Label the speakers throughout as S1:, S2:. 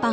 S1: 百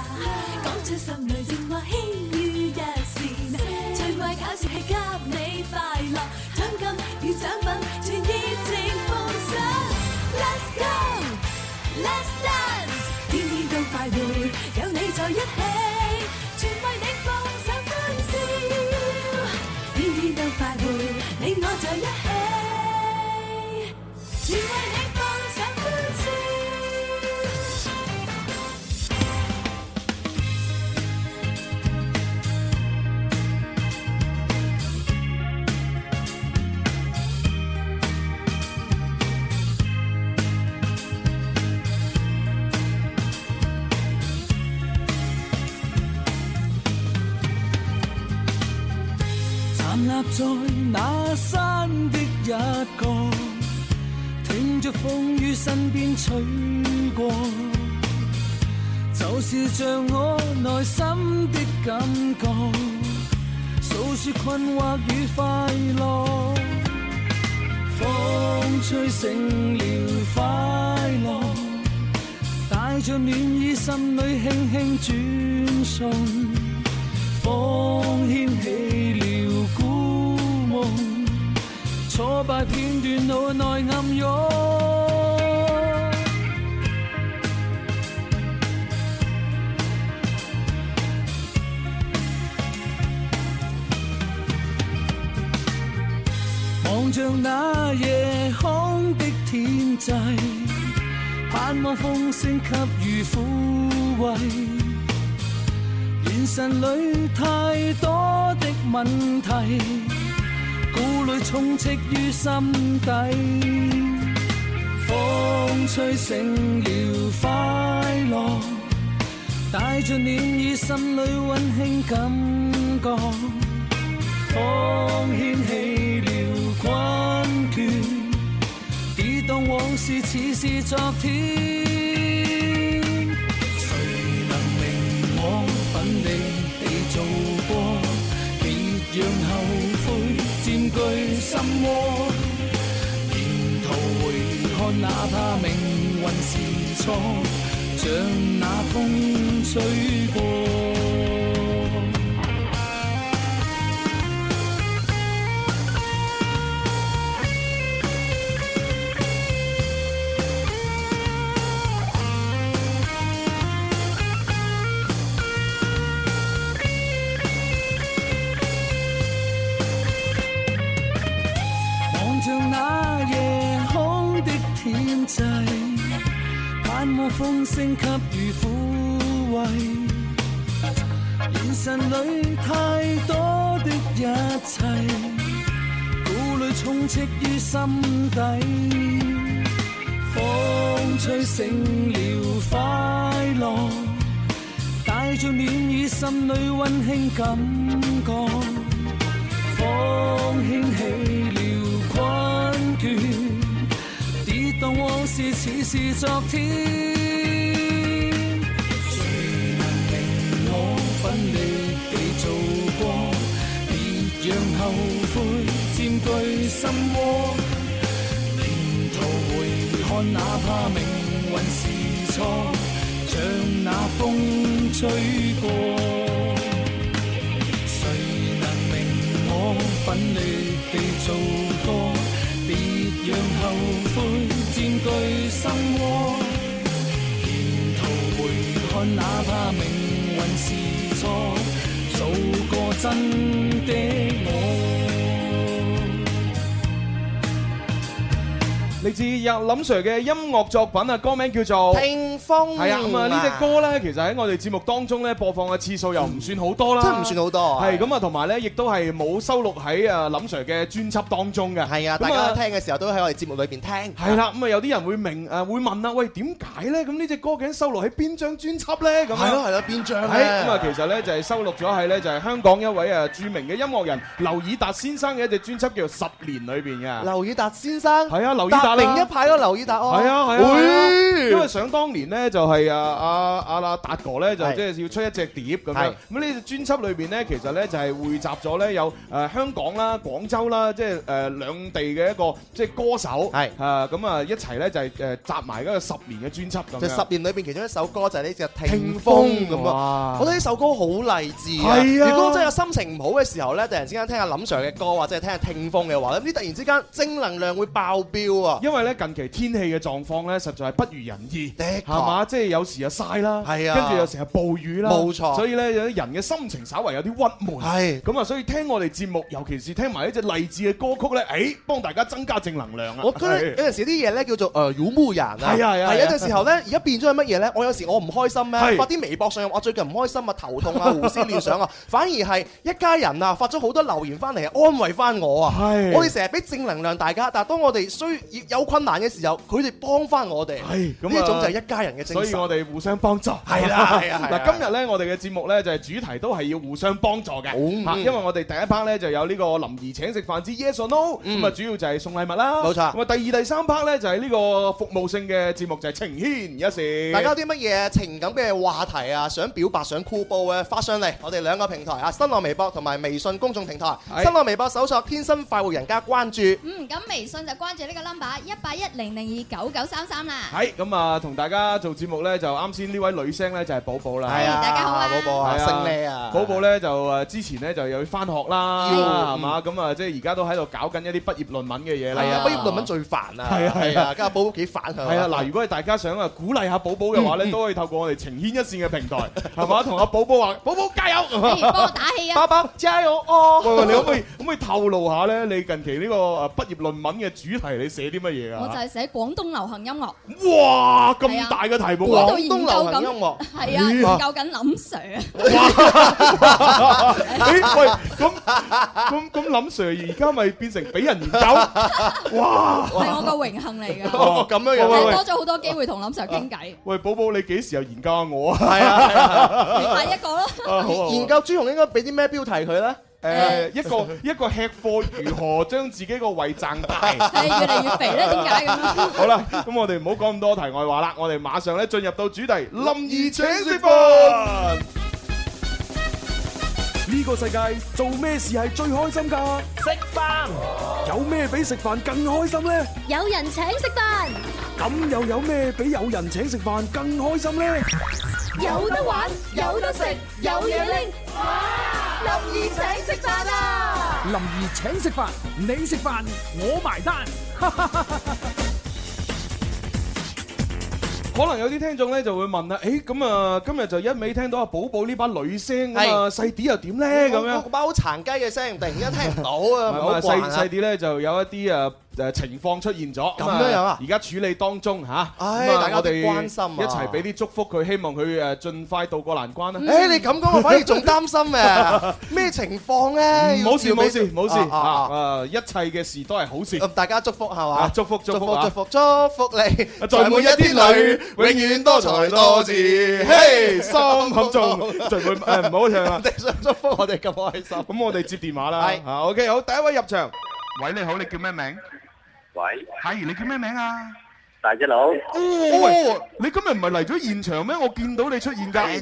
S2: 講出心裏情話，輕於一線。趣味搞笑戲給你快樂，獎金與獎品全熱情奉上。Let's go，Let's dance，天天都快活，有你在一起，全為你放上歡笑。天天都快活，你我在一起，全為你放上歡笑。
S3: 站立在那山的一角，聽着風於身邊吹過，就是像我內心的感覺，訴說困惑與快樂。風吹醒了快樂，帶着暖意，心裏輕輕轉送。風掀起了故夢，挫敗片段腦內暗湧。望着那夜空的天際，盼望風聲給予撫慰。眼神裏太多的問題，顧慮充斥於心底。風吹醒了快樂，帶着暖意，心裏溫馨感覺。風掀起了困倦，跌宕往事似是昨天。誰能明我奮力地做過，別讓後悔佔據心窩。沿途回看，哪怕命運是錯，像那風吹過。望着那夜空的天際，盼望風聲給予撫慰。眼神裏太多的一切，顧慮充斥於心底。風吹醒了快樂，帶着暖意，心裏溫馨感覺。風掀起了困倦，跌宕往事似是昨天。誰能明我奮力地做過，別讓後悔佔據心窩。沿途回看，哪怕命運是錯，像那風吹過。誰能明我奮力地做過，別讓後悔佔據心窩。沿途回看，哪怕命運是錯，做個真的我。
S4: 嚟自林 Sir 嘅音樂作品啊，歌名叫做。
S5: 聽風
S4: 係啊，咁啊呢只歌咧，其實喺我哋節目當中咧播放嘅次數又唔算好多啦，
S5: 真係唔算好多啊
S4: 係咁啊，同埋咧亦都係冇收錄喺啊林 Sir 嘅專輯當中嘅。
S5: 係啊，
S4: 咁
S5: 大家聽嘅時候都喺我哋節目裏邊聽。
S4: 係啦，咁啊有啲人會明誒會問啦，喂點解咧？咁呢只歌究竟收錄喺邊張專輯咧？咁
S5: 係
S4: 樣
S5: 咯係咯，邊張
S4: 係咁啊，
S5: 咧？
S4: 其實咧就係收錄咗喺咧就係香港一位啊著名嘅音樂人劉以達先生嘅一隻專輯叫做《十年》裏邊嘅。
S5: 劉以達先生
S4: 係啊劉以達啦
S5: 達明一派咯，劉以達哦。
S4: 係啊係啊，
S5: 喂
S4: 因為想當年咧就係啊阿阿阿達哥咧就
S5: 係
S4: 即係要出一隻碟咁樣
S5: 係，
S4: 咁呢隻專輯裏邊咧其實咧就係匯集咗咧有誒香港啦、廣州啦，即係誒兩地嘅一個即係歌手，
S5: 係
S4: 啊咁啊一齊咧就係誒集埋嗰個十年嘅專輯咁
S5: 就十
S4: 樣。
S5: 年裏邊其中一首歌就係呢只《聽
S4: 聽
S5: 風
S4: 風》
S5: 咁啊
S4: 哇！
S5: 我覺得呢首歌好勵志
S4: 係啊
S5: 如果真係有心情唔好嘅時候咧，突然之間聽下林 Sir 嘅歌或者係聽下《聽風》嘅話咧，呢突然之間正能量會爆標啊！
S4: 因為咧近期天氣嘅狀況咧，實在係不如人意，
S5: 的確
S4: 係嘛？即係有時又曬啦，
S5: 係啊
S4: 跟住又成日暴雨啦，
S5: 冇錯
S4: 所以咧有啲人嘅心情稍為有啲鬱悶，
S5: 係
S4: 咁啊，所以聽我哋節目，尤其是聽埋呢只勵志嘅歌曲咧，誒，幫大家增加正能量啊！
S5: 我覺得有陣時啲嘢咧叫做誒妖魔人啊，
S4: 係啊係啊
S5: 有陣時候咧，而家變咗係乜嘢咧？我有時我唔開心咧，
S4: 係
S5: 發啲微博上我最近唔開心啊，頭痛啊， 胡思亂想啊，反而係一家人啊發咗好多留言翻嚟安慰翻我啊。
S4: 係
S5: 我哋成日俾正能量大家，但係當我哋需要有困難嘅時候，佢哋幫翻我哋。
S4: 係咁啊
S5: 呢一種就係一家人嘅精
S4: 所
S5: 神。
S4: 以我哋互相幫助，
S5: 係 啦係啊係啊
S4: 嗱，今日咧我哋嘅節目咧就係主題都係要互相幫助嘅，
S5: 嗯
S4: 嚇因為我哋第一 part 咧就有呢個林兒請食飯之 Yes or No，
S5: 嗯
S4: 咁啊主要就係送禮物啦，
S5: 冇錯
S4: 咁啊第二第三 part 咧就係呢個服務性嘅節目就係情牽一線，
S5: 大家有啲乜嘢情感嘅話題啊，想表白、想箍煲嘅，發上嚟我哋兩個平台啊，新浪微博同埋微信公眾平台。
S4: 係
S5: 新浪微博搜索「天生快活人家」，關注。
S6: 嗯，咁微信就關注呢個 number 一八一零零二九九三三啦。
S4: 係咁啊，同大家做節目咧就啱先呢位女聲咧就係寶寶啦，
S5: 係啊，
S6: 大家好啊
S5: 寶寶啊，
S4: 係啊
S5: 勝利啊，
S4: 寶寶咧就誒之前咧就又要翻學啦，
S5: 要
S4: 係嘛咁啊，即係而家都喺度搞緊一啲畢業論文嘅嘢啦。
S5: 係啊，畢業論文最煩啊，
S4: 係啊係啊
S5: 家下寶寶幾煩啊，
S4: 係啊，嗱，如果係大家想啊鼓勵下寶寶嘅話咧，都可以透過我哋情牽一線嘅平台，係嘛，同阿寶寶話：寶寶加油！
S6: 不如幫我打氣 啊！
S5: 爸爸加油哦，
S4: 喂喂，你可唔可以可唔可以透露下咧？你近期呢個誒畢業論文嘅主題，你寫啲乜嘢
S6: 我就
S4: 啊？
S6: 係寫廣東流行音樂，
S4: 哇，咁大嘅題目
S6: 我
S4: 啊
S6: 喺！
S5: 廣
S6: 度研究
S5: 東流行音
S6: 緊，
S5: 樂。
S6: 係啊，研究緊林 Sir 啊。
S4: 誒 喂，咁咁咁，林 Sir 而家咪變成俾人 研究？哇！
S6: 係我個榮幸嚟㗎，
S5: 哦，咁樣
S4: 喂喂喂
S5: 樣，
S6: 多咗好多機會同林 Sir 傾偈，
S4: 喂，寶寶，你幾時又研究下我啊？
S5: 係啊係啊，
S6: 下一個咯。
S4: 啊好啊好啊
S5: 研究朱紅應該俾啲咩標題佢咧？
S4: 誒一個一個吃貨如何將自己個胃撐大？
S6: 係越嚟越肥咧，點解咁？
S4: 好啦，咁我哋唔好講咁多題外話啦，我哋馬上咧進入到主題，林兒請食飯。
S7: 呢個世界做咩事係最開心㗎？食飯有咩比食飯更開心呢？
S8: 有人請食飯，
S7: 咁又有咩比有人請食飯更開心呢？
S8: 有得玩，有得食，有嘢拎。
S7: 林兒請食飯，你食飯我埋單。
S4: 可能有啲聽眾咧就會問啦，誒咁啊，今日就一味聽到阿寶寶呢把女聲咁啊，細啲又點咧咁
S5: 我
S4: 樣
S5: 我？把好殘雞嘅聲，突然間聽唔到啊，
S4: 咁
S5: 唔好
S4: 啊，細
S5: 慣啊
S4: 細。啲咧就有一啲誒誒情況出現咗，
S5: 咁樣樣啊
S4: 而家處理當中嚇，
S5: 唉
S4: 咁啊
S5: 大家
S4: 我
S5: 都
S4: 哋
S5: 關心啊
S4: 一齊俾啲祝福佢，希望佢誒盡快渡過難關啦。
S5: 誒，你咁講我反而仲擔心啊，咩情況咧？
S4: 冇事
S5: 要照俾
S4: 冇事冇事
S5: 啊啊啊
S4: 啊！啊一切嘅事都係好事。
S5: 大家祝福係嘛
S4: 啊？祝福祝
S5: 祝
S4: 福
S5: 福
S4: 啊
S5: 祝福祝福你，
S4: 在每一天裏，永遠多才多姿。嘿，心口 中聚會誒唔好唱啦。
S5: 你想祝福我哋咁開心。
S4: 咁我哋接電話啦。
S5: 係
S4: 啊，OK，好，第一位入場。喂，你好，你叫咩名？
S9: 喂，
S4: 夏怡，你叫咩名啊？
S9: 大隻佬，
S4: 喂，你今日唔係嚟咗現場咩？我見到你出現㗎。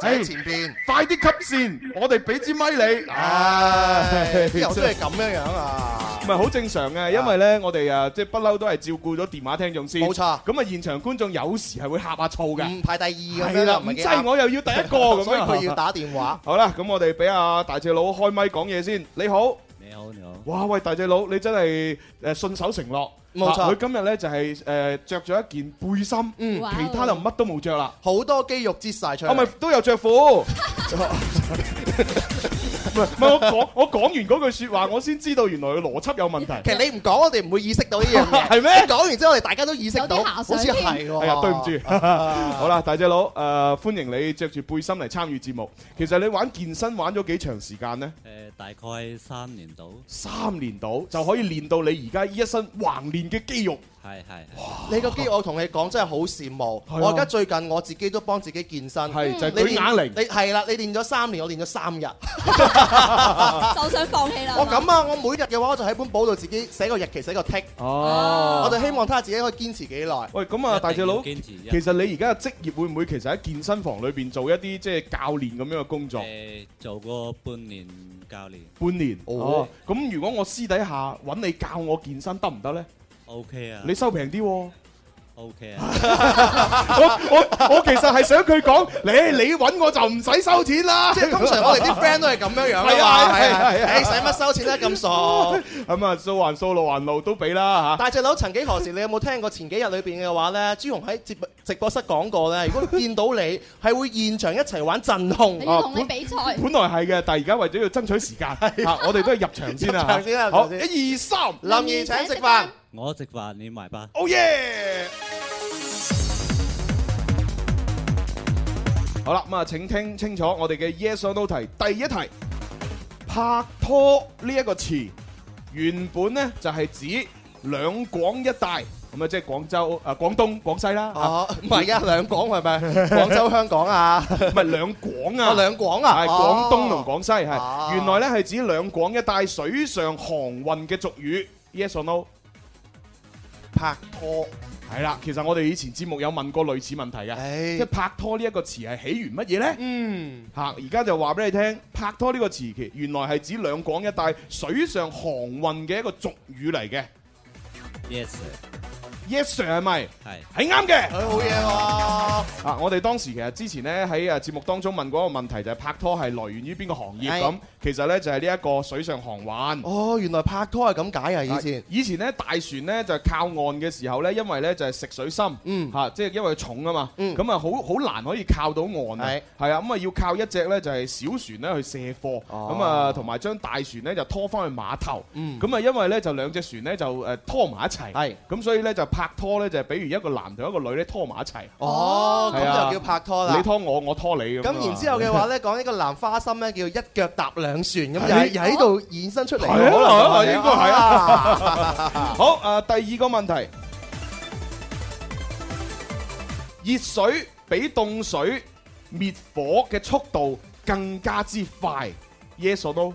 S5: 喺前邊，
S4: 快啲吸線，我哋俾支咪你。
S5: 唉，
S4: 真係
S5: 啲人都係咁樣樣啊
S4: 唔。係好正常嘅，因為咧我哋啊即係不嬲都係照顧咗電話聽眾先。
S5: 冇錯
S4: 咁啊現場觀眾有時係會呷下醋嘅。
S5: 唔排第二咁
S4: 係啦，
S5: 樣啦，
S4: 唔
S5: 係幾
S4: 制
S5: 啱
S4: 我又要第一個 咁
S5: 所以
S4: 樣。
S5: 佢要打電話。
S4: 好啦，咁我哋俾阿大隻佬開咪講嘢先。你好，
S10: 你好，你好。
S4: 哇喂，大隻佬，你真係誒信守承諾。
S5: 冇錯
S4: 啊佢今日咧就係誒著咗一件背心，
S5: 嗯
S6: 哇
S4: 其他就乜都冇着啦。哦
S5: 好多肌肉擠晒出
S4: 啊，咪
S5: 嚟，
S4: 都有着褲。唔係我講我講完嗰句説話，我先知道原來佢邏輯有問題。
S5: 其實你唔講，我哋唔會意識到呢樣嘢。
S4: 係咩
S5: 你講完之後，我哋大家都意識到，
S6: 有啲遐
S5: 好
S6: 想
S5: 似
S6: 添
S5: 係喎。
S4: 哎呀，對唔 住，好啦，大隻佬，誒、歡迎你着住背心嚟參與節目。其實你玩健身玩咗幾長時間呢？
S8: 誒大概三年到，
S4: 三年到就可以練到你而家呢一身橫練嘅肌肉。
S8: 係係
S5: 你個肌肉，我同你講真係好羨慕。
S4: 係啊
S5: 我而家最近我自己都幫自己健身。
S4: 係就係
S5: 你
S4: 舉
S5: 練
S4: 啞鈴
S5: 你係啦，你練咗三年，我練咗三日。
S6: 就想放棄啦。
S5: 我咁啊，我每日嘅話，我就喺本簿度自己寫個日期，寫個 tick。
S4: 哦
S5: 我就希望睇下自己可以堅持幾耐。
S4: 喂，咁啊，大隻佬，
S8: 一定要堅持一
S4: 其實你而家嘅職業會唔會其實喺健身房裏邊做一啲即係教練咁樣嘅工作？
S8: 誒做過半年教練
S4: 半年
S5: 哦
S4: 哦，咁如果我私底下揾你教我健身得唔 得呢？
S8: ，OK 啊，
S4: 你收平啲喎。
S8: OK 啊，
S4: 我我我其實係想佢講，你你揾我就唔使收錢啦。
S5: 即係通常我哋啲 friend 都係咁樣樣啊嘛
S4: 係啊係啊係啊
S5: 係你使乜收錢咧咁傻？
S4: 咁啊，數還數，路還路都俾啦嚇。
S5: 大隻佬曾幾何時，你有冇聽過前幾日裏邊嘅話咧？朱紅喺直播直播室講過咧，如果見到你係會現場一齊玩震 控
S6: 你。要同你比賽，
S4: 本來係嘅，但係而家為咗要爭取時間，啊我哋都係入場先
S5: 入
S4: 啊
S5: 場先啊。
S4: 好，
S5: 入場先
S4: 一二三，
S5: 林兒請食飯，
S8: 我食飯你埋班，
S4: 哦耶！好啦，咁啊，請聽清楚我哋嘅 Yes or No 題。第一題，拍拖呢一個詞原本呢就係指兩廣一帶，咁啊即係廣州、啊廣東、廣西啦，啊
S5: 哦，唔係啊，兩廣係 咪？廣州、香港啊，
S4: 唔係兩廣
S5: 哦
S4: 啊。
S5: 兩廣啊，
S4: 係廣東同廣西
S5: 哦
S4: 係，原來咧係指兩廣一帶水上航運嘅俗語。Yes or no？
S5: 拍拖。
S4: 係啦，其實我哋以前節目有問過類似問題嘅，即係
S5: 誒，
S4: 拍拖呢一個詞係起源乜嘢呢？
S5: 嗯，
S4: 嚇！而家就話俾你聽，拍拖呢個詞其原來係指兩廣一帶水上航運嘅一個俗語嚟嘅。
S8: yes
S4: Yes sir 係咪？
S8: 係
S4: 係啱嘅。
S5: 佢好嘢
S4: 啊！我哋當時其實之前呢，喺誒啊節目當中問過一個問題，就係拍拖係來源於邊個行業
S5: 係
S4: 咁？其實呢，就係呢一個水上航運
S5: 喎。。哦，原來拍拖係咁解啊！以前
S4: 啊，以前咧大船咧就係靠岸嘅時候咧，因為咧就係食水深，
S5: 嗯
S4: 嚇，即係因為重啊嘛，
S5: 嗯
S4: 咁啊好好難可以靠到岸啊
S5: 係，
S4: 係啊，咁啊要靠一隻咧就係小船咧去卸貨，
S5: 哦
S4: 咁啊同埋將大船咧就拖翻去碼頭，
S5: 嗯
S4: 咁啊因為咧就兩隻船咧就誒拖埋一齊，
S5: 係。
S4: 咁所以咧就拍拖咧就係比如一個男同一個女咧拖埋一齊，
S5: 哦，咁
S4: 係啊
S5: 就叫拍拖啦
S4: 你。拖我，我拖你咁啊。
S5: 咁然之後嘅話咧，講呢個男花心咧，叫一腳踏兩船咁，又
S4: 係
S5: 喺又喺度衍生出嚟。
S4: 係啊係啊
S5: 可能
S4: 應該係
S5: 啊。
S4: 好，诶、第二個問題，熱水比凍水滅火嘅速度更加之快，yes or no？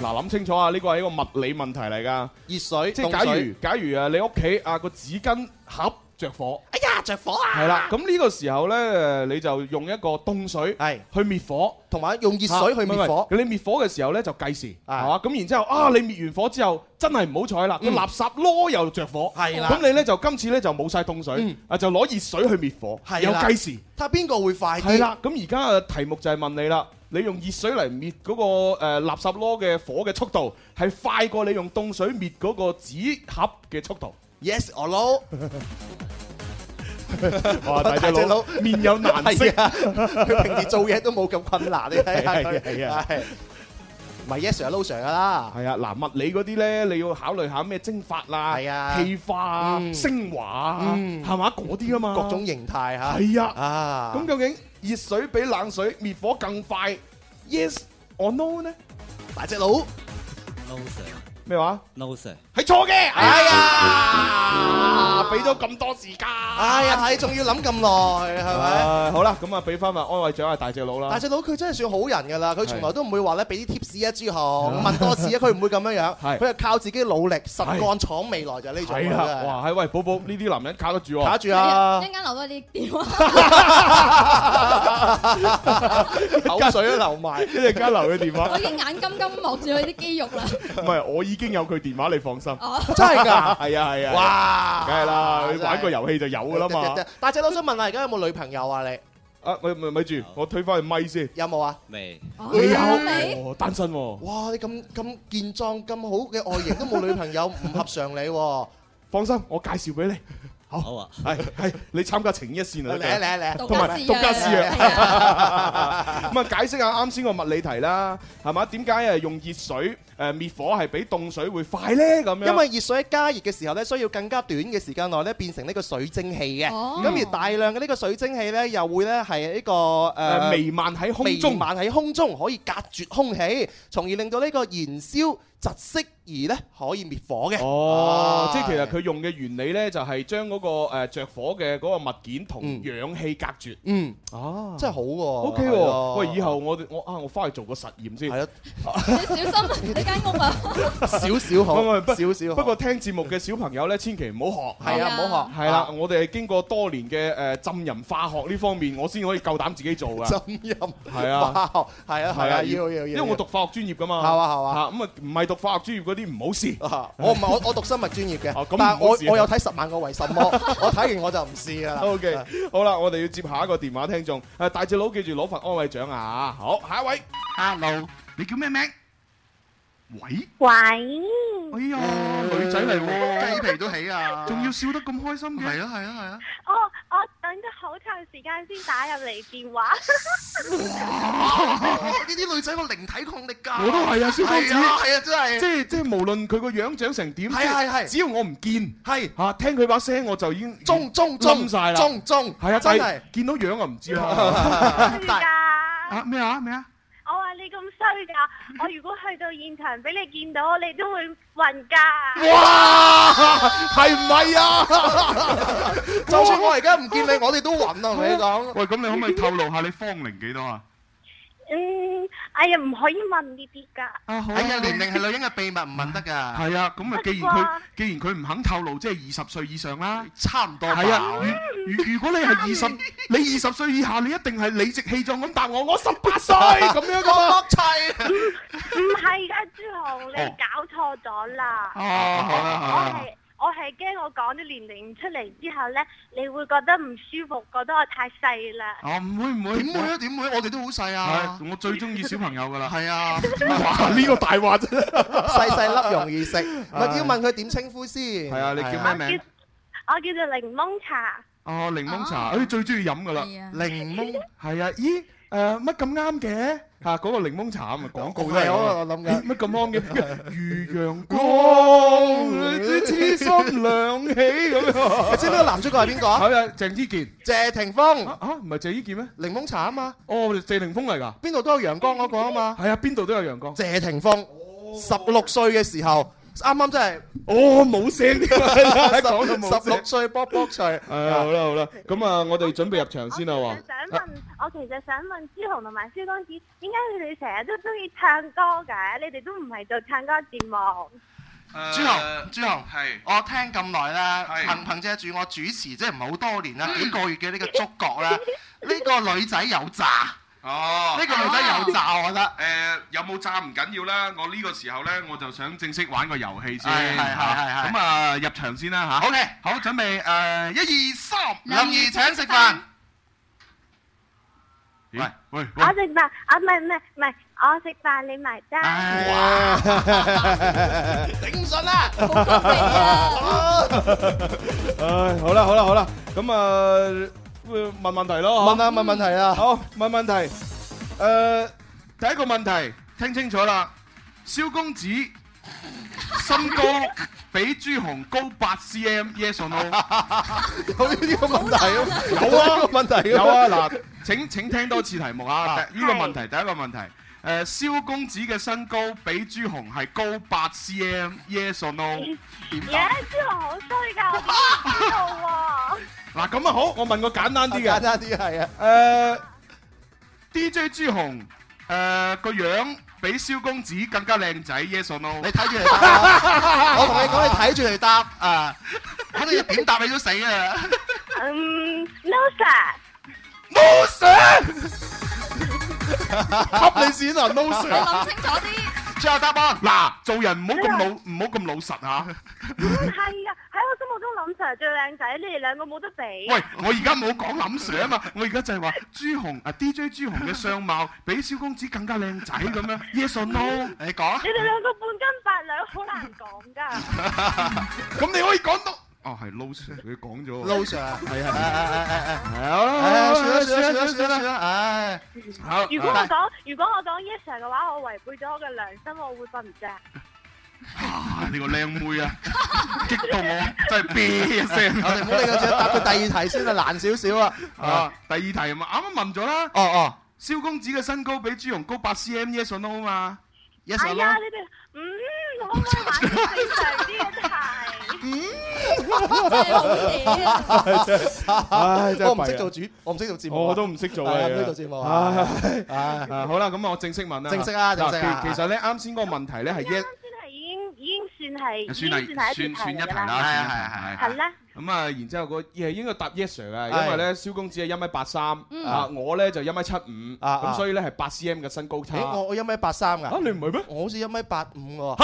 S4: 嗱，諗清楚啊！呢個係一個物理問題嚟㗎，
S5: 熱水，
S4: 即係假
S5: 凍水
S4: 如假如啊，你屋企啊個紙巾盒着 火，
S5: 哎呀着火啊！
S4: 係啦，咁呢個時候呢，你就用一個凍水
S5: 係
S4: 去滅火。
S5: 同埋用熱水去滅火
S4: 啊。唔係唔係你滅火嘅時候咧就計時，
S5: 啊
S4: 係嘛？咁然之後啊，你滅完火之後真係唔好彩啦，個
S5: 嗯
S4: 垃圾箩又着火，
S5: 係啦
S4: 咁你咧就今次咧就冇晒凍水
S5: 嗯，
S4: 啊就攞熱水去滅火，
S5: 係
S4: 有
S5: 啦
S4: 計時，
S5: 睇下邊個會快啲。
S4: 係啦。咁而家嘅題目就係問你啦。你用熱水嚟滅嗰個誒垃圾箩嘅火嘅速度，係快過你用凍水滅嗰個紙盒嘅速 度。
S5: Yes or no？
S4: 哇！大隻
S5: 大隻
S4: 佬
S5: 佬
S4: 面有難色，
S5: 係啊， 佢平時做嘢都冇咁困難，你睇下
S4: 係啊
S5: 佢。
S4: 係啊
S5: 係唔係 yes sir 就 no sir 噶啦。
S4: 係啊，嗱，物理嗰啲咧，你要考慮下咩蒸發啦、
S5: 係啊
S4: 氣化啊、
S5: 嗯
S4: 升華啊，
S5: 嗯
S4: 係嘛嗰啲啊嘛，
S5: 各種形態嚇。
S4: 係啊。
S5: 啊，
S4: 咁究竟熱水比冷水滅火更快？Yes or no 呢？
S5: 大隻佬，
S8: no sir
S4: 咩話？
S8: no sir
S4: 係錯嘅。
S5: 哎
S4: 呀，俾咗咁多時間。
S5: 哎呀，你仲要諗咁耐係咪？
S4: 唉，好啦，咁啊，俾翻份安慰獎啊，大隻佬
S5: 大
S4: 啦。
S5: 隻佬佢真係算好人㗎啦，佢從來都唔會話咧俾啲 tips 啊朱紅，問多次啊，佢唔會咁樣樣，
S4: 係
S5: 佢係靠自己努力實幹闖未來就係呢種
S4: 係啊，
S5: 啦。
S4: 哇，係喂，寶寶呢啲男人卡得住
S5: 打
S4: 喎，
S5: 住啊
S6: 一！陣間留多啲電話，
S5: 口水都流埋
S4: 一。陣間留佢電
S6: 我
S4: 話。
S6: 已經眼金金望住佢啲肌肉啦。
S4: 唔係，我已經有佢電話，你放心。
S6: 哦，
S5: 真係㗎！
S4: 係啊，係啊。
S5: 哇！
S4: 梗係啦，
S5: 真
S4: 佢
S5: 係
S4: 玩個遊戲就有噶啦嘛。。
S5: 大隻佬想問下，而家有冇女朋友啊？你
S4: 啊，咪咪咪住，我推翻去咪先。
S5: 有冇啊？
S8: 未
S6: 哦
S4: 你
S6: 未？
S4: 哦單身喎，
S5: 哇！你咁咁健壯咁好嘅外形都冇女朋友，唔合常理喎。
S4: 放心，我介紹俾你。 好
S11: 好啊，
S4: 係係，你參加情意一線啊，得㗎啦
S5: 嚟啊，嚟啊，嚟啊。
S8: 獨
S4: 同
S8: 家
S4: 埋
S8: 試
S4: 獨家
S6: à.
S4: 試
S8: 藥
S4: 藥
S8: 係啊
S4: 咁啊，解釋下啱先個物理題啦，係嘛？點解誒用熱水誒滅火係比凍水會快咧？咁樣
S5: 因為熱水喺加熱嘅時候呢，需要更加短嘅時間內呢，變成呢個水蒸氣嘅。
S8: 哦。
S5: 咁而大量嘅呢個水蒸氣呢，又會呢，係呢個，誒，
S4: 誒瀰漫喺呃空中，
S5: 瀰漫喺空中，可以隔絕空氣，從而令到呢個燃燒窒息而呢，可以滅火嘅。
S4: 哦，
S5: 啊。
S4: 即係其實佢用嘅原理咧，就係將嗰個誒着火嘅嗰個物件同
S5: 嗯
S4: 氧氣隔絕。
S5: 嗯，真係好喎，
S4: 哦，O K
S5: 係咯。
S4: 喎，喂，以後我哋我啊，我翻去做個實驗先。
S6: à,
S8: 你小心你間屋啊！
S5: 係咯，少少好，
S4: 唔係，唔係，不-
S5: 少少好。
S4: 不過聽節目嘅小朋友咧，千祈唔好學。
S5: 係啊，唔好學。
S4: 係啦，我哋係經過多年嘅誒浸淫化學呢方面，我先可以夠膽自己做 噶。
S5: 浸淫
S4: 係啊，
S5: 化學，係啊，係啊，
S4: 係啊，
S5: 要-要-要-
S4: 因為我讀化學專業噶嘛。
S5: 要。係嘛，係嘛。
S4: 啊，咁啊，唔係讀化學專業嗰啲唔好 事。
S5: 啊 我唔係我我讀生物專業嘅
S4: 哦咁，
S5: 但係
S4: 唔好試啊
S5: 我我有睇十萬個為什麼， 我睇完我就唔試 噶啦。
S4: O K，好啦，我哋要接下一個電話聽眾。誒，大隻佬記住攞份安慰獎啊！好，下一位。Hello，你叫咩名？喂，
S12: 喂，
S4: 哎呀，女仔嚟喎，
S5: 雞皮都起啊
S4: 仲要笑得咁開心嘅。係啊，係啊，係啊。
S12: 我我等咗好長時間先打入嚟電話，
S5: 呢啲女仔個靈體抗力㗎。
S4: 我都係啊，蕭公子
S5: 係。啊，係啊，真係。
S4: 即係即係，無論佢個樣長成點，
S5: 係係係
S4: 只要我唔見，
S5: 係
S4: 嚇聽佢把聲我就已經
S5: 中中中
S4: 冧晒啦
S5: 中中
S4: 係啊，但
S5: 真
S4: 係
S5: 係。
S4: 見到樣啊唔知 啦。
S12: 衰
S5: 但
S12: 㗎！
S4: 咩啊咩啊？
S12: 我話你咁衰㗎，我如果去到現場俾你見到，你都會暈㗎。
S4: 哇， 係唔係啊？
S5: 就算我而家唔見你，我哋都暈啊！同你講，
S4: 喂，咁你可唔可以透露下你芳齡幾多啊？
S12: 嗯，哎呀，唔可以問呢啲㗎。
S4: 啊好
S5: 哎呀，年齡係女人嘅秘密，唔問得㗎。
S4: 係啊，咁啊，既然佢既然佢唔肯透露，即係二十歲以上啦。
S5: 差唔多吧。
S4: 係啊，如如如果你係二 十，你二十歲以下，你一定係理直氣壯咁答我，我十八歲
S5: 哎
S4: 咁啊樣噶嘛。
S5: 我落砌。
S12: 唔係㗎，朱紅，你搞錯咗啦。
S4: 哦，好啦
S12: 我係我係驚我講啲年齡出嚟之後呢，你會覺得唔舒服，覺得我太細啦。
S4: 哦，唔會唔會
S5: 點會啊？點會？我哋都好細啊。
S4: 係，我最中意小朋友噶啦。
S5: 係啊，
S4: 哇！呢個大話真
S5: 細細粒容易食，唔
S4: 唉
S5: 係要問佢點稱呼先。係
S4: 係啊，你叫咩名
S12: 叫？我叫做檸檬茶，
S4: 哦，檸檬茶，誒最中意飲噶啦。
S6: à.
S8: 係啊
S5: 檸檬
S4: 係啊，咦誒乜咁啱嘅？嚇嗰個檸檬茶啊嘛，廣告都
S5: 係我我諗緊
S4: 咦乜咁啱嘅？如陽光，痴心亮起咁樣。
S5: 你知唔知個男主角係邊個啊？
S4: 係啊，鄭伊健。
S5: 謝霆鋒，
S4: 啊啊，唔係謝伊健咩？
S5: 檸檬茶啊嘛，
S4: 哦，謝霆鋒嚟㗎。
S5: 邊度都有陽光嗰個啊嘛。
S4: 係啊，邊度都有陽光。
S5: 謝霆鋒十六歲嘅時候，啱啱真
S4: 哦，冇 聲添啊！ 講到
S5: 係
S4: 冇
S5: 十
S4: 聲
S5: 六。歲卜卜脆。
S4: 係好啦好啦，咁啊，我哋準備入場先啦
S12: 我
S4: 喎
S12: 其實。想問，我其實想問朱紅同埋蕭公子，點解你哋成日都中意唱歌嘅？你哋都唔係做唱歌節目，
S5: 朱紅，朱紅，係我聽咁耐啦，憑憑藉住我主持即係唔係好多年啦，幾個月嘅呢個觸覺啦， 呢個女仔有詐，
S4: 哦
S5: 呢個女仔有詐，我覺
S12: 啊
S5: 得。
S4: 誒有冇炸唔緊要啦，我呢個時候咧我就想正式玩個遊戲先，
S5: 係係係
S4: 嚇
S5: 係係
S4: 咁啊入場先啦嚇。
S5: 好嘅，
S4: 好準備誒一二三，
S8: 林兒請 食飯
S4: 喂喂
S12: 我食飯啊，唔係唔係唔係，我食飯你埋單。
S5: 啊哇，頂唔順啦！
S8: 好高明啊！
S4: 唉好啦好啦好啦，咁啊會問問題咯，
S5: 問啊問問題啊！
S4: 好問問題，誒第一個問題聽清楚啦，蕭公子身高比朱紅高八 cm，yes or no？
S5: 有呢啲咁問題啊？有啊，問題
S4: 有啊，嗱，請請聽多次題目啊！
S5: 啊
S4: 第呢個問題，第一個問題，誒，蕭公子嘅身高比朱紅係高八 cm，yes or no？
S5: 點
S12: 而家朱紅好衰㗎，我唔知道喎。
S4: 嗱，咁啊好，我問個簡單啲
S5: 簡
S4: 嘅，
S5: 單啲係啊，
S4: 誒，DJ 朱紅，誒個樣比蕭公子更加靚仔，yes or no？
S5: 你 睇住嚟答啊我同你講，你睇住嚟答啊！我哋點答你都死 啊！
S12: 嗯，no sir，
S4: 冇 想，給你屎啦，no
S5: 啊
S4: sir！
S8: 諗清楚啲。
S4: 最後答案，嗱，做人唔好咁老，
S5: 哎
S4: 唔好咁老實啊嚇。
S12: 唔係㗎，喺我心目中林 sir 最靚仔，你哋兩個冇得比。啊
S4: 喂，我而家冇講林 Sir 啊嘛，我而家就係話朱紅啊 DJ 朱紅嘅相 貌比蕭公子更加靚仔咁樣，yes or no？
S5: 你講 啊
S12: 你哋兩個半斤八兩，好難講㗎。
S4: 咁你可以講到。哦，係 Low Sir，佢講咗。
S5: Low Sir 啊
S4: 係
S5: 哎哎哎哎哎
S4: 啊
S5: 哎算啦算啦算啦算啦算啦唉
S4: 好啊
S12: 如果我講如果我講 yes sir 嘅話，我違背咗我嘅良心，我會瞓唔着。
S4: 啊你個靚妹 啊，激到我真係啤一聲。
S5: 我哋唔好理佢住，答佢第二題先啦，難少少啊。
S4: 啊，第二題咪啱啱問咗啦。
S5: 哦哦，
S4: 蕭公子嘅身高比朱容高八 cm，yes or no 啊 嘛？yes
S12: 哎
S4: or
S12: 呀，
S4: no？
S12: 你哋嗯，可唔可以玩啲正常啲嘅題？
S4: 唉真係弊啊
S5: 我唔識做主，我唔識做節目啊。
S4: 我都唔識做
S5: 係
S4: 啊
S5: 啊呢個節目啊
S4: 唉
S5: 唉，
S4: 啊，好啦，咁我正式問啦。
S5: 正式啊
S4: 嗱
S5: 正式啊
S4: 其其實咧，啱先嗰個問題咧係 yes。
S12: 先係已經已經算係已經
S4: 算係
S12: 算係一
S4: 算
S12: 條
S4: 算一
S12: 題
S4: 題
S12: 㗎啦。
S5: 係啊
S4: 啦，
S12: 係啦，
S4: 咁啊，然之後個係應該答 yes sir 嘅，
S5: 係嗯
S4: 因為咧蕭公子係一米八三，啊我咧就一米七五，
S5: 啊啊
S4: 咁所以咧係八 cm 嘅身高差。
S5: 誒，我
S4: 啊，
S5: 我一米八三㗎。
S4: 你唔 係咩？
S5: 我好似一米八五喎，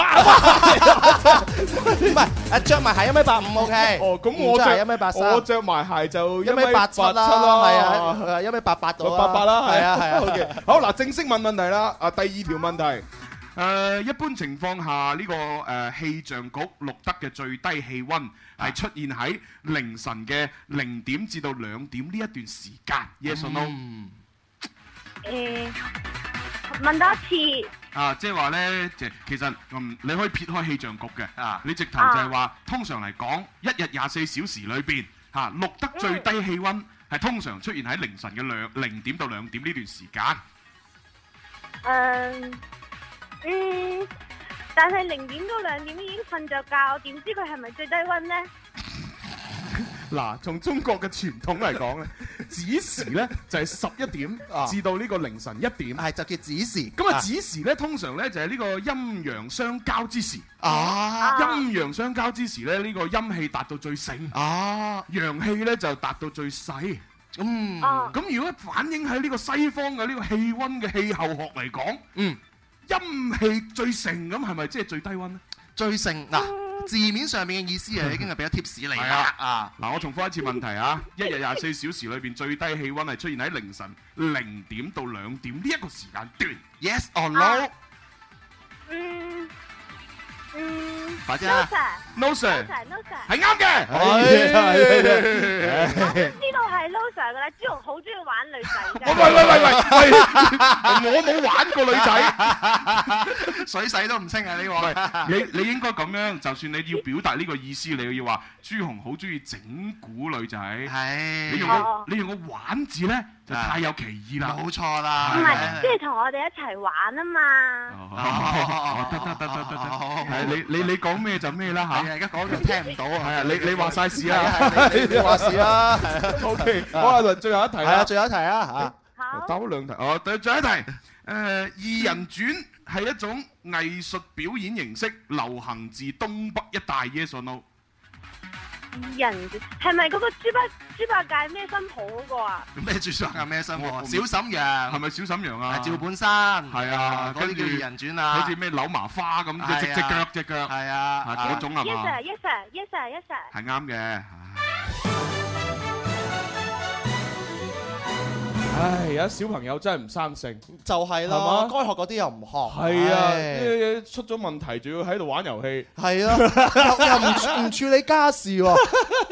S5: 唔係，誒著埋鞋一米八五 OK。
S4: 哦，咁我
S5: 唔著
S4: 着
S5: 鞋一米八三
S4: 我，着埋鞋就
S5: 一
S4: 一
S5: 米
S4: 米
S5: 八
S4: 八
S5: 七
S4: 七
S5: 啦，
S4: 啦，
S5: 係啊，係啊一米八八到
S4: 六
S5: 啊
S4: 八八啦，
S5: 係啊係啊
S4: OK，好嗱，正式問問題啦。啊，第二條問題。誒、一般情況下，呢、個誒、氣象局錄得嘅最低氣温係出現喺凌晨嘅零點至到兩點呢一段時間。Yes or no？、
S12: 誒問多一次，
S4: 啊，即係話呢，就其實嗯，你可以撇開氣象局嘅，
S13: 啊
S4: 你直頭就係話，通常嚟講，一日廿四小時裏邊嚇錄得最低氣温係通常出現喺凌晨嘅兩零點到兩點呢段時間。
S12: 誒嗯，但係零點到兩點已經瞓着覺，我點知佢係咪最低温呢？
S4: 嗱，從中國嘅傳統嚟講 咧，子時咧就係十一點
S5: 啊
S4: 至到呢個凌晨一點。
S5: 係就叫指示。
S4: 咁啊，子時咧通常咧就係呢個陰陽相交之時。
S5: 啊
S4: 陰陽相交之時咧，呢個陰氣達到最盛，
S5: 啊，
S4: 陽氣咧就達到最細。
S5: 嗯
S12: 哦，
S4: 咁如果反映喺呢個西方嘅呢個氣温嘅氣候學嚟講，
S5: 嗯，
S4: 陰氣最盛咁係咪即係最低温咧？
S5: 最盛嗱字面上面嘅意思啊，已經係俾咗 tips 你
S4: 係
S5: 啦
S4: 啊
S5: 啊，
S4: 嗱，我重複一次問題啊！一日廿四小時裏邊最低氣温係出現喺凌晨零點到兩點呢一個時間段。
S5: yes or no，
S12: 嗯嗯
S5: 快啲
S12: ，no
S5: 啊！
S12: sir，no
S4: No sir，
S12: sir，no sir，
S4: 係啱嘅。
S12: 我都知道係 no sir 噶啦，朱紅好中意玩女仔
S4: 喂
S12: 㗎。
S4: 喂喂喂喂， 我冇玩過女仔。
S5: 水洗都唔清啊呢個，
S4: 你你應該咁樣，就算你要表達呢個意思，你要話朱紅好中意整蠱女仔。你用
S5: 係
S4: 個你用個玩字咧，就太有歧義啦。
S5: 冇錯
S12: 唔
S5: 啦，
S12: 係，即係同我哋一齊玩啊嘛。
S4: 哦，得得得得得得，係你你你講咩就咩啦
S5: 係啊，
S4: 嚇。
S5: 而家講佢聽唔到啊，
S4: 係啊，你你話晒事
S5: 係
S4: 啦。
S5: 啊，係你你話事啦，
S4: O K，好啊，嗱最後一題
S5: 係啊，
S4: 啦，
S5: 最後一題啊嚇。
S12: 好
S4: 答。咗兩題，哦，對，最後一題，誒，二人轉係一種藝術表演形式，流行自東北一帶，yes or no？
S12: 人係咪嗰個豬八豬八戒咩新抱嗰個啊？
S5: 咩住宿啊？咩生活？
S4: 我我唔
S5: 小沈
S4: 係
S5: 陽、
S4: 咪小沈陽啊？
S5: 係趙本山，
S4: 係啊
S5: 嗰
S4: 跟
S5: 啲
S4: 住
S5: 叫二人轉啊，
S4: 好似咩扭麻花咁，隻隻隻腳隻腳，
S5: 係
S4: 啊
S5: 啊，
S4: 嗰種係
S12: Yes
S4: 嘛？
S12: sir，yes sir，yes sir，yes sir。
S4: 係啱嘅。唉唉，有啲小朋友真係唔生性，
S5: 就係
S4: 係
S5: 咯，
S4: 嘛
S5: 該學嗰啲又唔學，
S4: 係
S5: 唉
S4: 啊，出咗問題仲要喺度玩遊戲，
S5: 係咯，又又唔處唔處理家 事喎，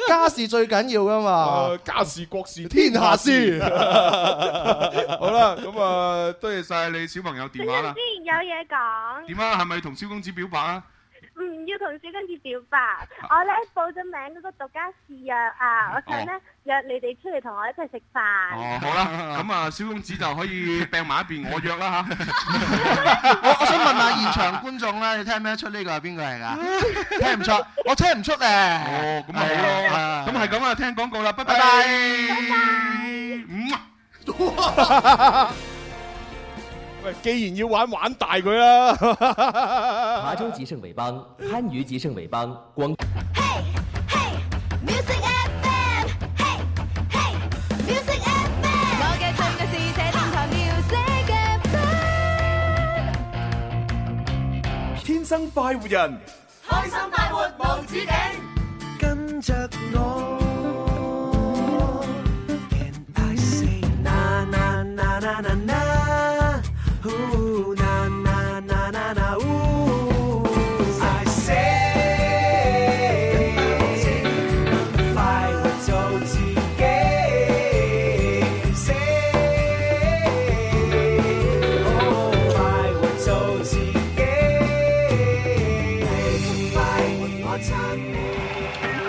S5: 家事最緊要噶嘛
S4: 誒，家事國哦事
S5: 天下事。
S4: 好啦，咁啊，多謝晒你小朋友電
S12: 最
S4: 話
S12: 近
S4: 啦。
S12: 之前有嘢講，
S4: 點啊？係咪同蕭公子表白啊？
S12: 唔要同小公子表白。我咧報咗名嗰個獨家試約啊，我想咧約你哋出嚟同我一齊食飯。
S4: 哦，好啦，咁啊，蕭公子就 可以掟埋一邊，我約啦嚇。
S5: 我我想問下現場觀眾咧，你聽唔聽得出呢個係邊個嚟 㗎？聽唔出，我聽唔出咧。
S4: 哦
S5: 哦，
S4: 咁啊好咯，咁係咁啊，聽廣告啦，拜拜。
S5: 拜拜
S4: 嗯啊。喂，既然要玩，玩大佢啦。
S14: 潮州集盛伟邦，番禺集盛伟邦，广
S15: Music FM，嘿嘿，Music FM，我嘅最愛是這電台 Music FM，
S16: 天生快活人，
S15: 開心快活無止境。
S8: 跟着我。Can I say na na na na na na? Ooh, na na na na na ooh. I say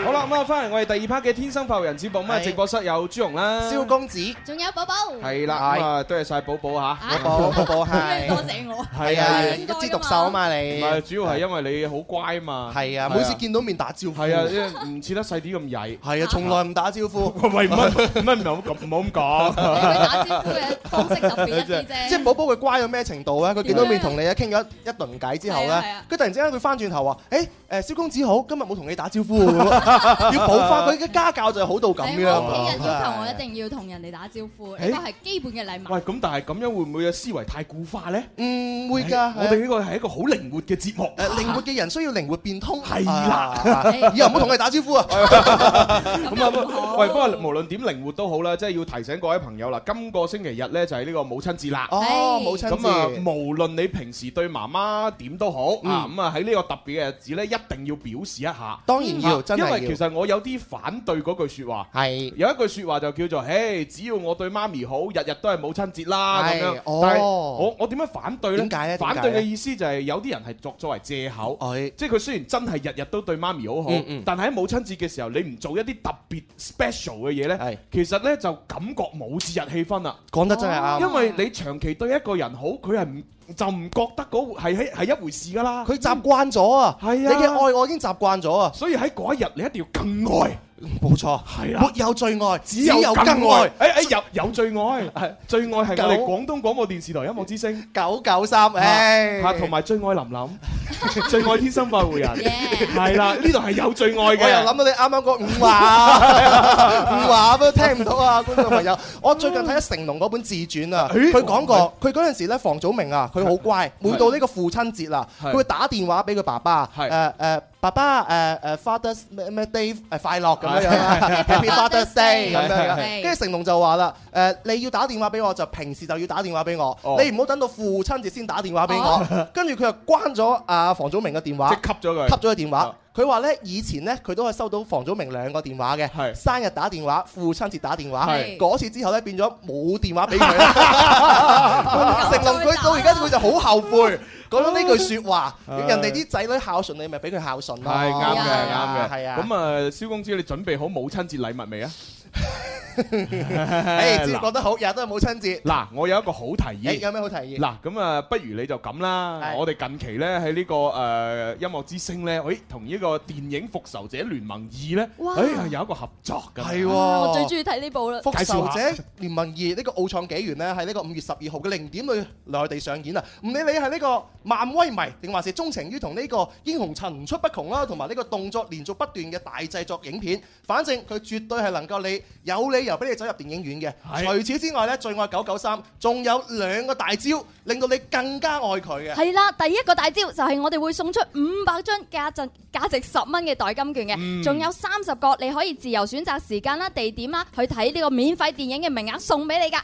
S4: 好啦，咁啊，翻嚟我哋第二 part 嘅天生發育人節目，咁啊，
S5: 係
S4: 直播室有朱紅啦，
S5: 蕭公子，
S6: 仲有寶寶，
S4: 係啦，咁啊，多謝晒寶寶吓，
S5: 寶寶寶寶係
S6: 多謝我，
S4: 係啊，
S5: 一枝獨秀啊嘛你，
S4: 唔係，主要係因為你好乖嘛，
S5: 係啊，每次見到面打招呼，
S4: 係啊，因為唔似得細啲咁曳，
S5: 係啊，從來唔打招呼，
S4: 喂，乜乜唔好咁，唔好咁講，
S5: 即係寶寶佢乖到咩程度咧？佢見到面同你一傾咗一輪偈之後
S4: 係
S5: 咧
S4: 啊係啊，
S5: 佢突然之間佢翻轉頭話：，誒誒，蕭公子好，今日冇同你打招呼喎，要補翻佢嘅家教就係好到咁
S6: 你
S5: 樣。
S6: 屋企人要求我一定要同人哋打招呼，呢個係基本嘅禮貌。
S4: 喂，咁但係咁樣會唔會嘅思維太固化咧？
S5: 嗯，會㗎
S4: 係
S5: 係
S4: 我哋呢個係一個好靈活嘅 節目，
S5: 誒靈活嘅人需要靈活變通，
S4: 係啦
S5: 啊以後唔好同佢打招呼啊！
S4: 咁啊， 不過喂，不過無論點靈活都好啦，即係要提醒各位朋友啦，今個星期日咧就係呢個母親節啦。
S5: 哦母親節
S4: 咁啊，無論你平時對媽媽點都好
S5: 嗯
S4: 啊，咁啊喺呢個特別嘅日子咧，一定要表示一下。
S5: 當然要
S4: 啊
S5: 真係
S4: 因
S5: 要
S4: 為其實我有啲反對嗰句説話，
S5: 係
S4: 有一句説話就叫做：，誒，只要我對媽咪好，日日都係母親節啦咁
S5: 係
S4: 樣。
S5: 哦
S4: 但係我我點樣反對咧？
S5: 點解咧點解
S4: 反
S5: 咧
S4: 對嘅意思就係有啲人係作作為藉口，即係佢雖然真係日日都對媽咪好好
S5: 嗯嗯，
S4: 但係喺母親節嘅時候，你唔做一啲特別 special 嘅嘢呢，其實呢就感覺冇節日氣氛啦。
S5: 講得真係啱
S4: 因為你長期對一個人好，佢係唔就唔覺得嗰係係係一回事㗎啦。
S5: 佢習慣咗啊，
S4: 係
S5: 你
S4: 啊
S5: 嘅愛我已經習慣咗啊，
S4: 所以喺嗰一日你一定要更愛，
S5: 冇錯，
S4: 係啦
S5: 沒有最愛，
S4: 只
S5: 只
S4: 有
S5: 有
S4: 更
S5: 更
S4: 愛
S5: 愛。。
S4: 誒誒，有有最愛，最愛係我哋
S5: 九
S4: 廣東廣播電視台音樂之聲
S5: 九九三，誒
S4: 啊同埋最愛林 琳，最愛天生快活人，係啦，呢度係有最愛
S5: 我
S4: 嘅。
S5: 又諗到你啱啱個五 話，五話都聽唔到啊，觀眾朋友。我最近睇咗成龍嗰本自傳啊，
S4: 咦
S5: 佢講過，佢嗰陣時咧，房祖名啊，佢好乖，每到呢個父親節啦，
S4: 係
S5: 佢會打電話俾佢爸爸，誒誒爸爸誒誒 Father's 咩咩 Day 誒快樂咁樣樣啦
S4: 係
S5: ，Happy Father's Day 咁樣
S4: 係
S5: 樣。跟住成龍就話啦，誒你要打電話俾我就平時就要打電話俾我，你唔好等到父親節先打電話俾我
S4: 哦。
S5: 跟住佢就關咗阿房祖名嘅電話，
S4: 即係哦吸咗佢
S5: 吸咗佢電話。佢話咧，以前咧佢都係收到房祖名兩個電話嘅，生日打電話，父親節打電話。
S4: 係
S5: 嗰次之後咧變咗冇電話俾佢 啦。成龍佢到而家佢就好後悔講咗呢句説話，
S4: 唉
S5: 人哋啲仔女孝順你咪俾佢孝順
S4: 係
S5: 咯。
S4: 啱嘅，
S5: 係
S4: 啱
S5: 啊
S4: 嘅，
S5: 係啊。
S4: 咁啊，蕭公子，你準備好母親節禮物 未啊？
S5: 誒，知
S4: 嗱
S5: 覺得好，日日都係母親節。
S4: 嗱，我有一個好提
S5: 誒，有
S4: 議。
S5: 咩好提議？
S4: 嗱，咁啊，不如你就咁啦。
S5: 係
S4: 我哋近期咧喺呢個誒音樂之星咧，誒同呢個電影《復仇者聯盟二》咧，
S6: 哇
S4: 誒有一個合作㗎。
S5: 係喎
S6: 啊我最中意睇呢部啦。
S5: 復仇者聯盟二呢個奧創紀元呢，喺呢個五月十二號嘅零點去內地上演啊！唔理你係呢個漫威迷，定還是鍾情於同呢個英雄層出不窮啦，同埋呢個動作連續不斷嘅大製作影片，反正佢絕對係能夠你有理由俾你走入電影院嘅。
S4: 係
S5: 除此之外呢，最愛九九三仲有兩個大招，令到你更加愛佢嘅。
S6: 係啦，第一個大招就係我哋會送出五百張價值價值十蚊嘅代金券
S5: 嗯
S6: 嘅，仲、有三十個你可以自由選擇時間啦、地點啦，去睇呢個免費電影嘅名額送俾你噶。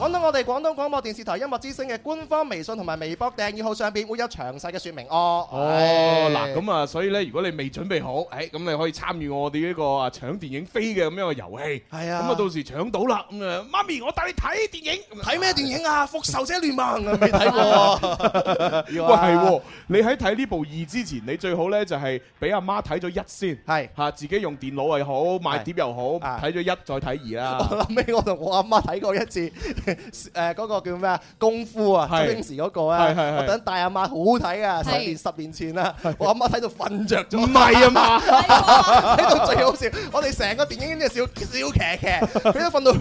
S5: 揾到我哋廣東廣播電視台音樂之聲嘅官方微信同埋微博訂閱號上邊會有詳細嘅説明哦。
S4: 哦，嗱，咁啊，所以咧，如果你未準備好，誒，咁你可以參與我哋呢個啊搶電影飛嘅咁樣嘅遊戲。
S5: 係啊
S4: 咁啊，到時搶到啦，咁啊，媽咪，我帶你睇電影。
S5: 睇咩電影啊？復仇者聯盟啊，未睇 過。
S4: 喂，
S5: 要啊
S4: 係喎，你喺睇呢部二之前，你最好呢就係俾阿媽睇咗一先，
S5: 係
S4: 嚇自己用電腦又好，買碟又好，睇咗一再睇二啦。
S5: 我諗起我同我阿媽睇過一次， 誒嗰個叫咩啊？功夫啊，
S4: 係
S5: 周星馳嗰個
S4: 係
S5: 啊
S4: 係，係
S5: 我等大阿媽好好睇啊！十
S6: 係
S5: 年十年前啦，我阿媽睇到瞓着咗。
S4: 唔係啊嘛
S5: 睇到最好笑，我哋成個電影院都笑笑騎 騎，佢都瞓到嘘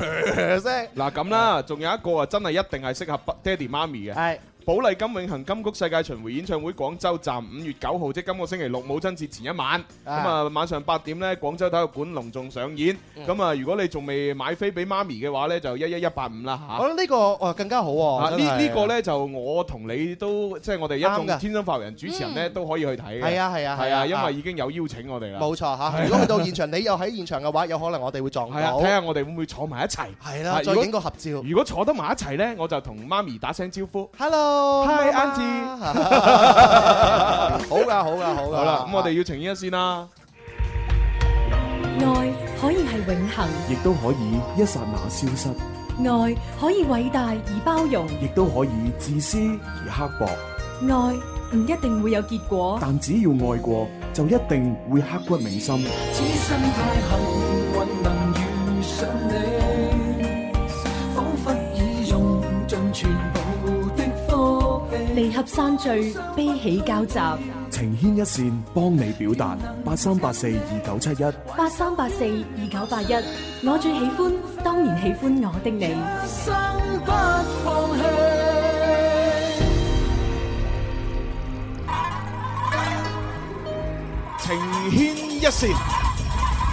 S5: 聲。
S4: 嗱咁啦，仲有一個啊，真係一定係適合爸爹哋媽咪嘅。
S5: 係。
S4: 寶麗金永恆金曲世界巡迴演唱會廣州站五月九號，即今個星期六母親節前一晚，咁
S5: 啊
S4: 啊晚上八點呢，廣州體育館隆重上演。咁啊，如果你仲未買飛俾媽咪嘅話呢，就一一一八五啦嚇。
S5: 我覺得呢個哦更加好
S4: 啊！
S5: 喎。
S4: 呢
S5: 真係
S4: 呢個咧就我同你都即係我哋一眾
S5: 啱㗎嗯
S4: 天生發育人主持人咧都可以去睇嘅。
S5: 係啊係啊
S4: 係
S5: 係
S4: 啊，
S5: 啊
S4: 因為已經有邀請我哋啦。
S5: 冇錯嚇。如果去到現場，你又喺現場嘅話，有可能我哋會撞
S4: 係啊，
S5: 到
S4: 睇。下我哋會唔會坐埋一齊？
S5: 係
S4: 啊
S5: 啦，再
S4: 如果
S5: 影個合照。
S4: 如果坐得埋一齊咧，我就同媽咪打聲招呼。
S5: Hello，Hi
S4: Auntie
S5: 好噶好噶好噶。
S4: 好
S6: 啊
S4: 啦，咁我哋要呈現一先啦。
S1: 愛可以係永恒，
S17: 亦都可以一刹那消失，
S1: 愛可以偉大而包容，
S17: 亦都可以自私而刻薄。
S1: 愛唔一定會有結果。
S17: 但只要愛過，就一定會刻骨銘心。
S3: 此生太幸運能遇上你，彷彿已用盡全部的福氣。
S18: 離合散聚，悲喜交集。
S17: 情牽一線，幫你表達。八三八四二九七一，
S18: 八三八四二九八一，我最喜歡，當然喜歡我的你。
S3: 一生不放棄。
S4: 情牽一線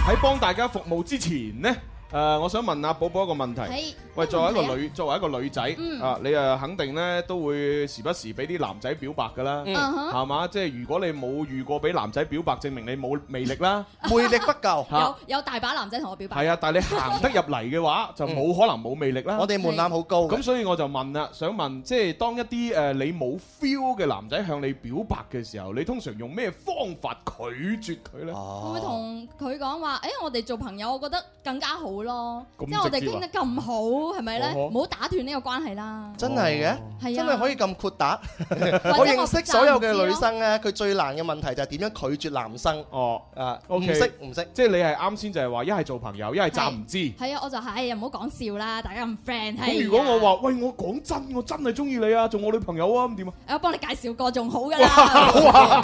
S4: 喺幫大家服務之前呢，誒、我想問阿寶寶一個問題
S6: 係。
S4: 喂，
S6: 咩
S4: 作為一
S6: 問題
S4: 個
S6: 啊
S4: 女，作為一個女仔、
S6: 嗯
S4: 啊，你誒肯定咧都會時不時俾啲男仔表白㗎啦，
S6: 嗯啊哈
S4: 係嘛、即係如果你冇遇過俾男仔表白，證明你冇 魅力啦，
S5: 魅力不夠。
S6: 有有大把男仔同我表白。
S4: 係啊，但係你行得入嚟嘅
S6: 嗯
S4: 話，就冇可能冇魅力啦。
S5: 我哋門檻好高嘅
S4: 咁所以我就問啦，想問即係當一啲誒、呃你冇 feel 嘅男仔向你表白嘅時候，你通常用咩方法拒絕佢呢？
S6: 我會同佢講話，誒、我哋做朋友，我覺得更加好咯。
S4: 咁
S6: 即係我哋
S4: 直接啊
S6: 傾得咁好，係咪咧？
S5: 哦
S6: 唔好打斷呢個關係啦。
S5: 真係嘅，
S6: 係啊
S5: 真係可以咁豁達。
S6: 我
S5: 我認識所有嘅女生咧，佢最難嘅問題就係點樣拒絕男生。
S4: 哦，
S5: 啊，唔
S4: OK
S5: 識唔識，
S4: 即係你係啱先就係話一係做朋友，一係暫唔知。
S6: 係啊，我就係哎呀唔好講笑啦，大家咁 friend 係啊。
S4: 咁如果我話喂，我講真，我真係中意你啊，做我女朋友啊，咁點啊？
S6: 誒我幫你介紹個仲好㗎啦。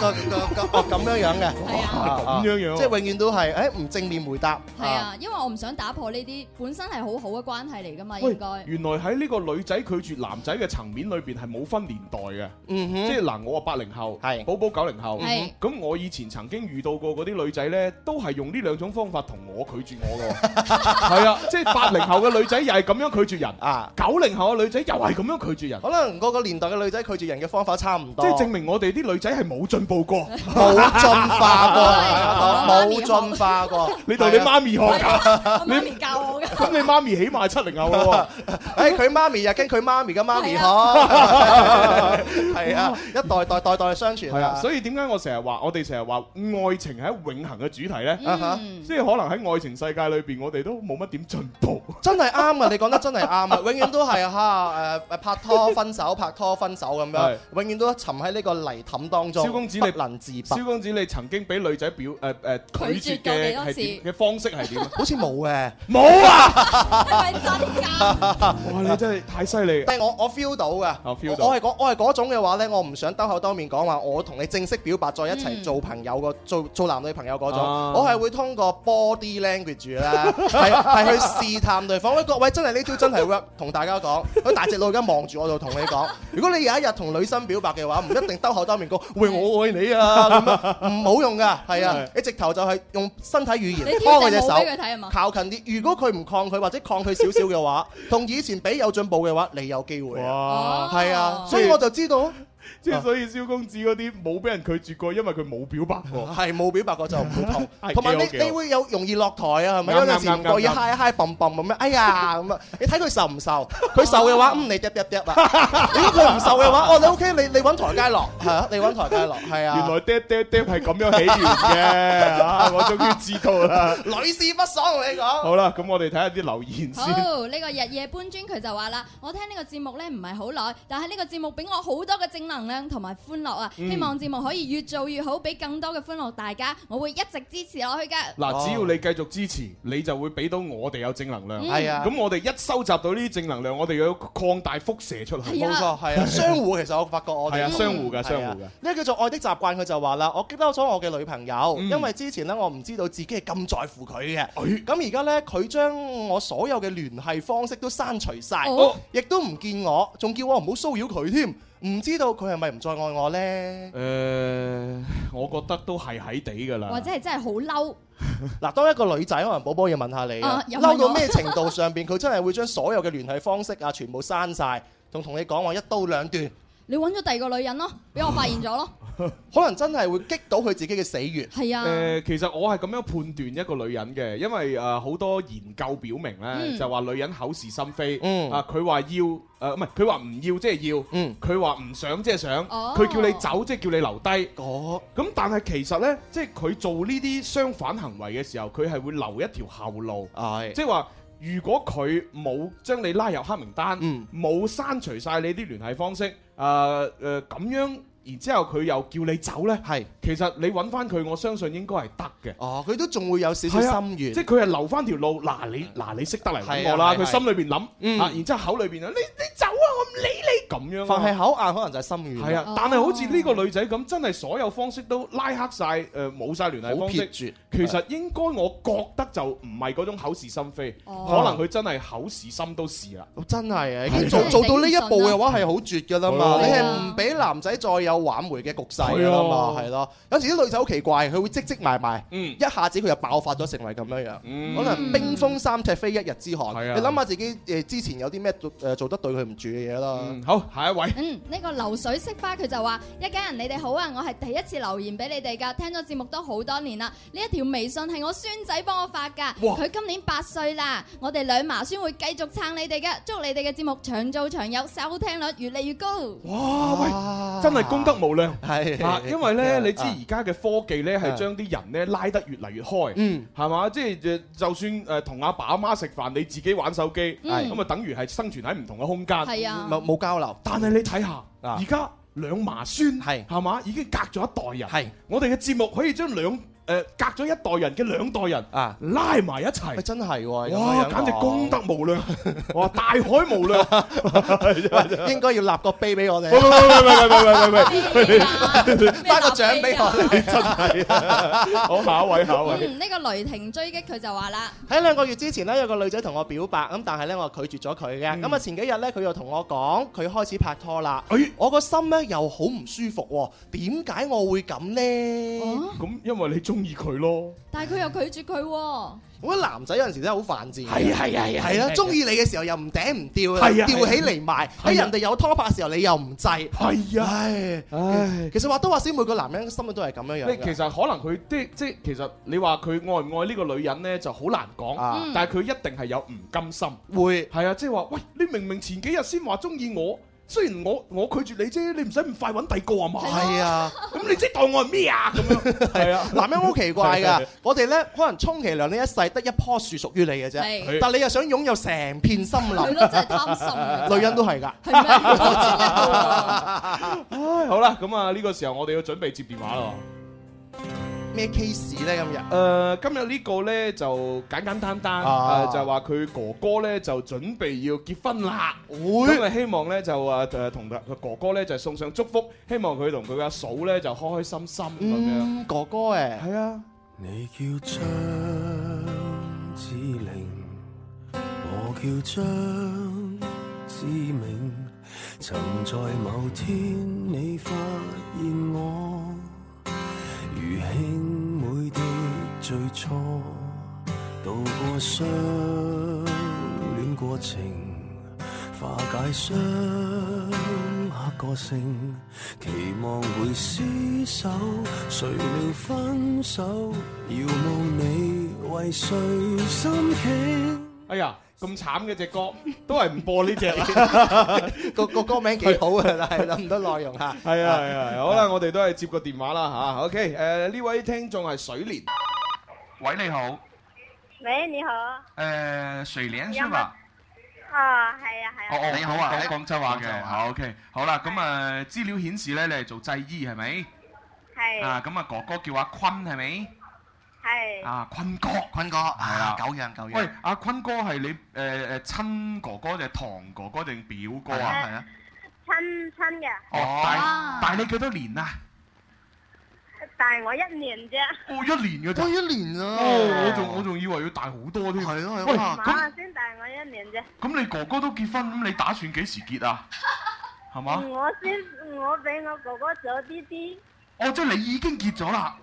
S5: 個個個咁樣樣嘅，
S4: 咁樣樣啊
S5: 即係永遠都係誒唔正面回答。
S6: 係啊，因為我唔想打破呢啲本身係好好嘅關係嚟㗎嘛，
S4: 喂
S6: 應該。
S4: 原來喺呢個女仔拒絕男仔嘅層面裏邊係冇分年代嘅，
S5: 嗯
S4: 即係嗱，我啊八零後，寶寶九零後
S6: 係，
S4: 咁我以前曾經遇到過嗰啲女仔呢，都係用呢兩種方法同我拒絕我嘅喎， 係啊，即係八零後嘅女仔又係咁樣拒絕人，
S5: 啊，
S4: 九零後嘅女仔又係咁樣拒絕人
S5: 可，能個個年代嘅女仔拒絕人嘅方法差唔
S4: 即
S5: 多，
S4: 係證明我哋啲女仔係冇進步過， 冇
S5: 冇進化過，冇進化過。啊
S4: 你同你媽咪學㗎，
S6: 媽咪教我㗎。
S4: 咁你媽咪起碼係啊七零 後咯
S5: 誒，佢媽咪又跟佢媽咪嘅媽咪學， 係啊，一代代代代相傳。
S4: 哦喎，係啊，所以點解我成日話我哋成日話愛情係一永恆嘅主題呢？
S5: 啊哈
S4: 即係可能喺愛情世界裏邊，我哋都冇乜點進 步。
S5: 真係啱啊！你講得真係 啱啊！永遠都係嚇誒拍拖分手，拍拖分手咁樣，永遠都沉喺呢個泥凼當中，
S4: 蕭公子你
S5: 不能自拔
S4: 蕭。公子，你曾經俾女仔表誒誒拒絕
S5: 拒絕過幾
S4: 嘅
S5: 多
S4: 係
S5: 次
S4: 點嘅方式係點 啊？
S5: 好似冇嘅，
S4: 冇啊！
S6: 係咪真㗎？
S4: 哇！你真係太犀利啦！
S5: 但係我我 feel 到嘅，
S4: 我
S5: 我
S4: feel 到
S5: 我係嗰我係嗰種嘅話咧，我唔想兜口當面講話，我同你正式表白再一齊
S6: 嗯
S5: 做朋友個做做男女朋友嗰種，
S4: 啊
S5: 我係會通過 body language 啦，係係去試探對方。喂，各位真係呢招真係 work，同大家講，佢大隻佬而家望住我就同你講，如果你有一日同女生表白嘅話，唔一定兜口當面 講，喂我愛你啊咁樣，唔好用㗎，係啊
S4: 係，
S5: 你直頭就係用身體語
S6: 你
S5: 言
S6: 挑
S5: 拖
S6: 隻
S5: 佢隻
S6: 舞
S5: 手。
S6: 俾佢睇係嘛？
S5: 靠近啲。如果佢唔抗拒或者抗拒少少 嘅話，同以前比有進步嘅話，你有機會啊。
S4: 哇！哦
S5: 係啊，所以
S4: 即係
S5: 我就知道
S4: 即係所以蕭公子嗰啲冇俾人拒絕過，因為佢冇表白過。
S5: 係冇表白過就唔會痛
S4: 係，
S5: 同埋
S4: 幾好幾
S5: 你
S4: 好
S5: 你會有容易落台啊，係咪？
S4: 啱
S5: 有
S4: 啱
S5: 陣時唔覺意
S4: 啱啱
S5: 嗨嗨蹦蹦咁樣，哎呀咁啊！你睇佢受 唔受？佢受嘅話，嗯，你嗒嗒嗒啦。如果佢唔受嘅話，哦，你 OK，你你揾台階落，係啊，你揾台階落，係
S4: 原
S5: 啊。
S4: 來爹爹爹係咁樣起源 嘅，啊我終於知道啦。
S5: 女士不爽，我同你講。
S4: 好啦，咁我哋睇下啲留言
S6: 好
S4: 先。
S6: 呢個日夜搬磚佢就話啦，我聽呢個節目呢唔係好耐，但係呢個節目俾我好多嘅正能量同埋歡樂啊！
S4: 嗯
S6: 希望節目可以越做越好，俾更多嘅歡樂大家，我會一直支持落去噶。
S4: 嗱，只要你繼續支持，你就會俾到我哋有正能量。
S6: 嗯係啊
S4: 咁我哋一收集到呢啲正能量，我哋要擴大輻射出去。
S5: 冇錯，係 嗯啊，相互其實我發覺我哋
S4: 係啊相互㗎
S5: 嘅，
S4: 相互㗎
S5: 嘅。呢個叫做愛的習慣，佢就話啦，我激嬲咗我嘅女朋友，因為之前呢，我唔知道自己係咁在乎佢嘅。咁而家呢，佢將我所有嘅聯繫方式都刪除晒
S4: 哦，
S5: 亦都唔見我，仲叫我唔好騷擾佢添。唔知道佢係咪唔再愛我呢？
S4: 誒、我覺得都係喺地噶啦。
S6: 或者係真係好嬲，
S5: 嗱，當一個女仔可能寶寶要問下你啊
S6: 啊，又問我
S5: 嬲到咩程度上邊，佢真係會將所有嘅聯繫方式啊，全部刪晒，仲同你講話一刀兩斷，
S6: 你揾咗第二個女人咯，俾我發現咗咯，
S5: 可能真係會激到佢自己嘅死穴。
S6: 係
S4: 誒、
S6: 啊，
S4: 其實我係咁樣判斷一個女人嘅，因為誒啊好、多研究表明咧，
S6: 嗯
S4: 就話女人口是心非。
S5: 嗯
S4: 啊，佢話要誒，唔係佢話唔要即係要，
S5: 嗯
S4: 佢話唔想即係想，佢、
S6: 哦
S4: 叫你走即係叫你留低。
S5: 哦，
S4: 咁但係其實呢，即係佢做呢啲相反行為嘅時候，佢係會留一條後路，
S5: 係
S4: 即係話。如果佢冇將你拉入黑名單，
S5: 嗯
S4: 呃冇刪除晒你啲聯繫方式，誒誒咁樣然之後佢又叫你走呢，係其實你揾翻佢，我相信應該係得嘅。
S5: 哦，佢都仲會有少少
S4: 係啊
S5: 心願
S4: 即係佢係留翻條路。嗱你嗱你識得嚟
S5: 係
S4: 揾
S5: 啊
S4: 我啦，
S5: 係
S4: 佢
S5: 係
S4: 心裏邊諗
S5: 嗯
S4: 啊，然之後口裏邊啊，你你走啊，我唔理你咁樣啊。
S5: 凡係口硬，可能就係心願。
S4: 係啊，但係好似呢個女仔咁，真係所有方式都拉黑晒，誒冇晒聯繫方
S5: 好
S4: 式。
S5: 撇絕
S4: 其實應該我覺得就唔係嗰種口是心非，可
S6: 啊
S5: 哦
S4: 能佢真係口是心都是啦。
S5: 真係啊，已經
S4: 係啊
S5: 做做到呢一步嘅話係好絕噶啦嘛，
S4: 係啊
S5: 你係唔俾男仔再有挽回嘅局勢㗎啦嘛，
S4: 係啊
S5: 係咯。有時啲女仔好奇怪，佢會積積埋埋，
S4: 一
S5: 下子佢就爆發咗成為咁樣
S4: 嗯
S5: 樣，可能冰封三尺非一日之寒。
S4: 啊
S5: 你諗下自己誒之前有啲咩做誒做得對佢唔住嘅嘢啦。
S4: 好，下一位。
S6: 嗯，呢、個流水式花佢就話：一家人你哋好啊，我係第一次留言俾你哋㗎，聽咗節目都好多年啦。呢一條微信係我孫仔幫我發㗎，
S19: 哇
S6: 佢今年八歲啦。我哋兩麻孫會繼續撐你哋嘅，祝你哋嘅節目長做長有，收聽率越嚟越高。
S4: 哇！喂，真係功德無量，
S5: 係
S4: 啊！因為咧，
S5: 啊
S4: 你知而家嘅科技咧係將啲人咧拉得越嚟越開，
S5: 嗯，
S4: 係嘛？即係就就算誒同阿爸阿媽食飯，你自己玩手機，
S5: 嗯
S4: 咁啊，等於係生存喺唔同嘅空間，
S6: 係啊
S5: 冇冇交流。
S4: 但係你睇下，而家兩麻孫係係嘛，已經隔咗一代人。係我哋嘅節目可以將兩誒、呃隔咗一代人嘅兩代人啊拉埋一齊，
S5: 真係喎！咁
S4: 哇，
S5: 樣
S4: 簡直
S5: 講
S4: 功德無量，哇，大海無量，
S5: 應該要立個碑 俾我哋。
S4: 喂喂喂喂喂喂喂喂
S5: 頒個獎俾我哋。
S4: 真係啊！好，下一位，下一
S6: 嗯，
S4: 位。
S6: 呢、個雷霆追擊佢就話啦。
S5: 喺兩個月之前呢，有個女仔同我表白，咁但係呢，我拒絕咗佢嘅。咁啊、前幾日呢，佢又同我講佢開始拍拖啦。我個心呢又好唔舒服喎，點解我會咁呢？
S4: 咁因為你中意佢咯。
S6: 但係佢又拒絕佢喎，
S5: 我覺得男仔有陣時真係好犯賤。
S4: 係係係係
S5: 係啊啦，
S4: 係
S5: 中意你嘅時候又唔頂唔掉
S4: 係啊
S5: 吊起嚟賣。
S4: 係啊
S5: 喺人哋有拖拍嘅時候，你又唔制。係
S4: 啊
S5: 唉
S4: 唉
S5: 其實話多話少，每個男人心裏都係咁樣樣
S4: 你
S5: 㗎。
S4: 其實可能佢即即其實你話佢愛唔愛呢個女人呢就好難講，
S5: 啊
S4: 但係佢一定係有唔甘心，
S5: 會
S4: 係啊，即係話喂，你明明前幾日先話中意我，雖然我我拒絕你啫，你唔使咁快揾第二個啊嘛，
S5: 係啊，
S4: 咁你即係當我係咩啊咁樣，係啊，
S5: 男人好奇怪
S4: 係
S5: 㗎，我哋咧可能充其量呢一世得一棵樹屬於你嘅
S4: 係
S5: 啫，但你又想擁有成片森林，
S4: 係咯真係貪心啊
S5: 女人都 係㗎，
S4: 唉，好啦，咁啊呢個時候我哋要準備接電話咯。
S5: 咩 case 咧今日？
S4: 誒、呃今日呢個呢就簡簡單單，
S5: 啊
S4: 誒就係話佢哥哥呢就準備要結婚啦，
S5: 咁
S4: 啊希望呢就誒誒同佢哥哥呢就送上祝福，希望佢同佢阿嫂呢就開開心心咁樣。
S5: 嗯哥哥誒，
S4: 係啊，
S20: 你叫張子玲，我叫張志明。曾在某天你發現我，如兄妹的最初，度過相戀過程，化解傷刻個性。期望會厮守，誰料分手，遙望你為誰心傾。
S4: 哎呀，咁慘嘅只歌，都係唔播呢只啦。
S5: 個個歌名幾好啊，但係諗唔到內容嚇。
S4: 係啊係啊，好啦，我哋都係接個電話啦吓 OK，誒、呢位聽眾係水蓮，
S21: 喂，你好，
S12: 喂，你好，
S21: 誒水蓮是
S12: 有冇
S21: 吧？
S12: 啊，係啊，係啊，
S21: 哦，你好啊，講廣州話
S4: 廣州
S21: 嘅，好 OK，好啦，咁啊資料顯示咧，你係做製衣係咪？
S12: 係
S21: 啊，咁啊哥哥叫阿坤係咪？
S12: 係
S21: 啊，坤哥，坤哥，
S5: 啊
S21: 係啦，久仰久仰。喂，阿坤哥係你誒誒親哥哥定係堂哥哥定表哥啊？
S12: 係
S21: 係啊。
S12: 親親嘅，
S21: 哦，大大你幾多年啊？
S12: 大我一年啫。
S21: 哦，一年嘅咋？
S5: 哦，一年啊！
S21: 哦，我仲我仲以為要大好多添。係咯
S12: 我
S21: 喂，
S12: 媽
S21: 咁
S12: 媽先大我一年啫。
S21: 咁你哥哥都結婚，咁你打算幾時結啊？係嘛？
S12: 我先，我比我哥哥早啲啲。
S21: 哦，即係你已經結咗啦。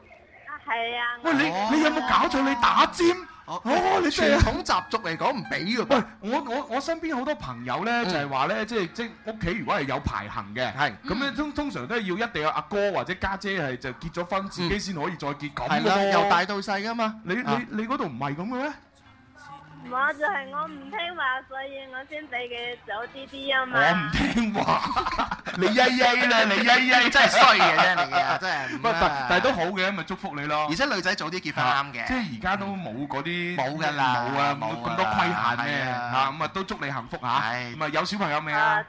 S12: 啊，係啊。
S21: 喂，你你有冇搞錯？你打尖？哦，你真係
S5: 傳統習俗嚟講唔俾嘅。
S21: 喂，我我我身邊好多朋友咧，就係話咧，即係即係屋企如果係有排行嘅，係咁咧通通常都係要一定有阿哥或者家姐係就結咗婚，自己先可以再結咁嘅
S5: 係啦
S21: 喎
S5: 由大到細噶嘛
S21: 你
S5: 啊
S21: 你你嗰度唔係咁嘅咩？
S12: 我就係我唔聽話，所以我先俾佢早啲啲啊嘛。
S21: 我唔聽話， 你曳曳啦，你曳曳，
S12: 真係衰
S21: 嘅
S12: 嘅
S21: 啫，
S12: 真
S21: 你
S5: 啊
S21: 嘅真係。不過但但係都好嘅，咪祝福你咯。而且女仔早啲結婚
S5: 啊
S21: 啱嘅。即係 而家都冇嗰啲冇㗎啦，冇啊，冇咁多規限嘅嚇，咁啊都祝你幸福嚇。咁啊有小朋友未啊？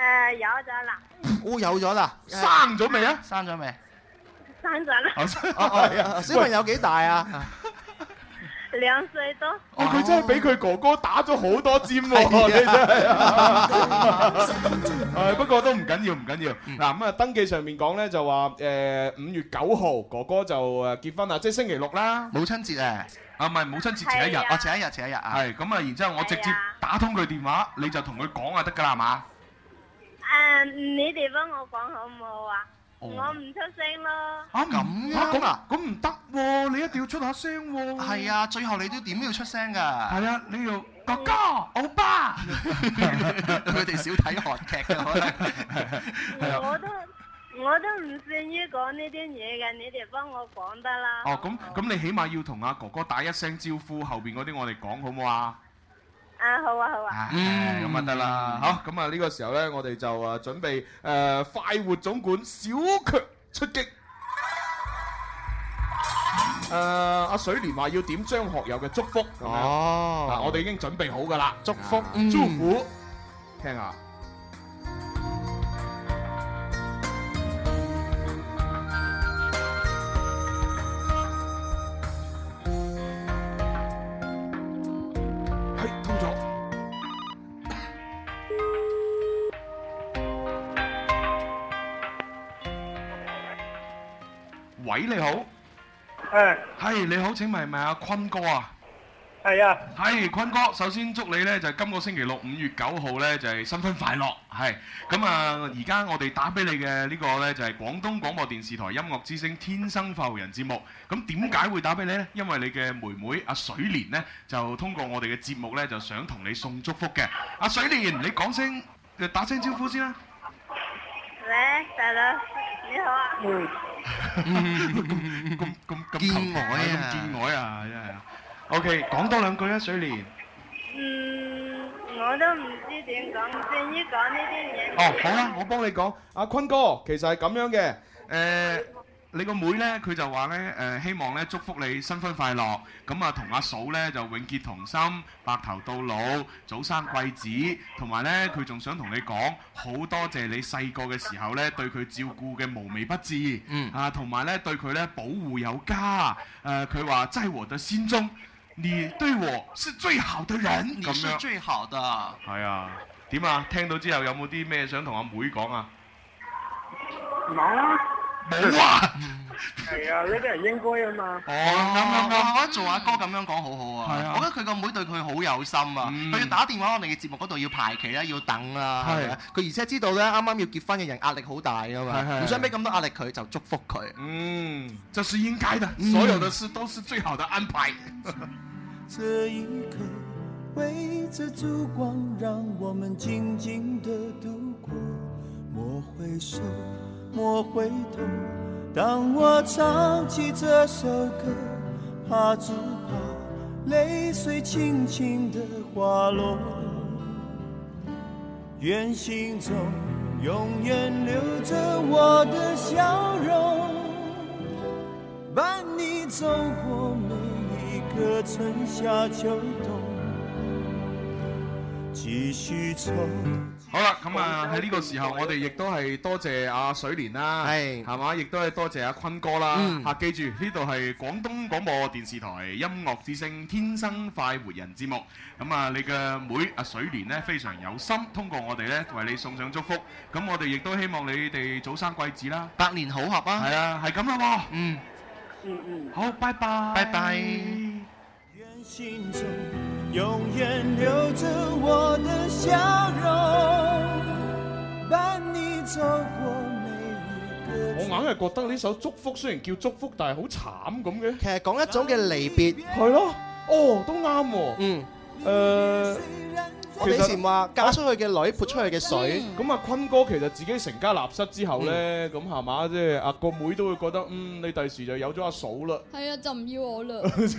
S12: 誒，誒有咗啦，
S7: 我有咗啦，
S4: 生咗未啊？
S5: 生咗未？
S12: 生咗 啦，
S7: 哦小朋友幾大啊？
S12: 兩歲多。
S4: 哇！佢真係俾佢哥哥打咗好多尖喎，你真 係。誒不過都唔緊要，唔緊要。嗱咁啊，登記上面講咧就話誒五月九號哥哥就誒結婚啦，即係星期六啦。
S5: 母親節啊！
S22: 啊，唔係母親節前一日，
S5: 係啊哦前一日前一日啊
S22: 係咁啊，然之後我直接打通佢電話，你就同佢講啊得㗎啦，係嘛？
S12: 誒，你哋幫我講好唔好啊？
S22: 哦
S12: 我唔出聲咯。
S5: 啊咁啊咁啊
S4: 咁唔得喎！你一定要出下聲喎。
S5: 係啊，最後你都點都要出聲㗎。
S22: 係啊，你要哥哥、歐 巴。
S5: 佢哋少睇韓劇嘅 可能。係啊。
S12: 我都我都唔善於講呢啲嘢嘅，你哋幫我講得啦。
S22: 哦，咁咁你起碼要同阿哥哥打一聲招呼，後邊嗰啲我哋講好唔好啊？
S12: 啊，好啊，好啊。
S4: 嗯，咁啊得啦，好，咁啊呢個時候咧，我哋就啊準備誒快活總管小強出擊。誒，阿水蓮話要點張學友嘅祝福咁樣，
S7: 哦
S4: 嗱我哋已經準備好噶啦，祝福
S7: 嗯
S4: 祝福，聽下。係通咗。
S22: 喂，你好。
S23: 誒。
S22: 係你好，請問係咪阿坤哥啊？
S23: 係啊。
S22: 係坤哥，首先祝你呢，就係今個星期六五月九號呢，就係新婚快樂。係咁啊，而家我哋打俾你嘅呢個呢，就係廣東廣播電視台音樂之聲《天生快活人》節目。咁點解會打俾你呢？因為你嘅妹妹阿水蓮呢，就通過我哋嘅節目呢，就想同你送祝福嘅。阿水蓮，你講聲打聲招呼先啦。
S12: 喂，大佬，你好啊。
S22: 咁咁咁見外啊！見外啊！真係。OK，講多兩句啊，水蓮。
S12: 嗯，我都唔知點講，唔善於講呢啲嘢。
S4: 哦，好啦，我幫你講，阿坤哥，其實係咁樣嘅，
S22: 誒，你個妹呢，佢就話呢，誒，希望呢祝福你新婚快樂，咁啊同阿嫂呢就永結同心，白頭到老，早生貴子，同埋呢，佢仲想同你講，好多謝你細個嘅時候呢對佢照顧嘅無微不至，啊，同埋呢對佢呢保護有加，誒，佢話在我的心中，你對我是最好的人，
S5: 你
S22: 咁
S5: 是
S22: 樣
S5: 最好的。
S22: 係啊，點啊？聽到之後有冇啲咩想同阿妹講啊？
S23: 冇啊，
S22: 冇 啊，
S23: 係啊，呢啲係應該啊嘛。
S5: 哦，啱啱啱，我覺得做阿哥咁樣講好好
S23: 係啊
S5: 啊！我覺得佢個妹對佢好有心啊！佢要打電話我哋嘅節目嗰度要排期啦，要等啦，
S7: 係
S5: 係啊佢而且知道咧，啱啱要結婚嘅人壓力好大噶
S7: 係係
S5: 嘛，
S7: 係
S5: 唔想俾咁多壓力佢，就祝福佢。
S4: 嗯，這是應該的，
S5: 嗯
S4: 所有的事都是最好的安排。
S24: 这一刻，围着烛光，让我们静静的度过。莫回首，莫回头。当我唱起这首歌，怕只怕泪水轻轻的滑落。愿心中永远留着我的笑容。伴你走过每一个春夏秋冬，继续走。
S4: 好啦，咁啊喺呢個時候，我哋亦都係多謝阿水蓮啦，係係嘛，亦都係多謝阿坤哥啦。嚇，記住呢度係廣東廣播電視台音樂之聲《天生快活人》節目。咁啊，你嘅妹阿水蓮呢，非常有心，通過我哋呢，為你送上祝福。咁我哋亦都希望你哋早生貴子啦，
S5: 百年好合啊！
S4: 係啊，係咁啦喎。
S5: 嗯，
S24: 嗯嗯，
S4: 好，拜拜，
S24: 拜
S5: 拜。
S24: 愿心中永远留着我的笑容，伴你走过每一
S4: 我
S24: 个。
S4: 硬係覺得呢首祝福雖然叫祝福，但係好慘咁嘅。
S7: 其實講一種嘅離別。
S4: 係咯，哦，都啱喎。
S7: 嗯。
S4: 誒，
S7: 我哋以前話嫁出去嘅女潑出去嘅水。
S4: 咁啊，坤哥其實自己成家立室之後呢，咁係嘛，即係阿個妹都會覺得，嗯，你第時就有咗阿嫂啦。
S6: 係啊，就唔要我啦。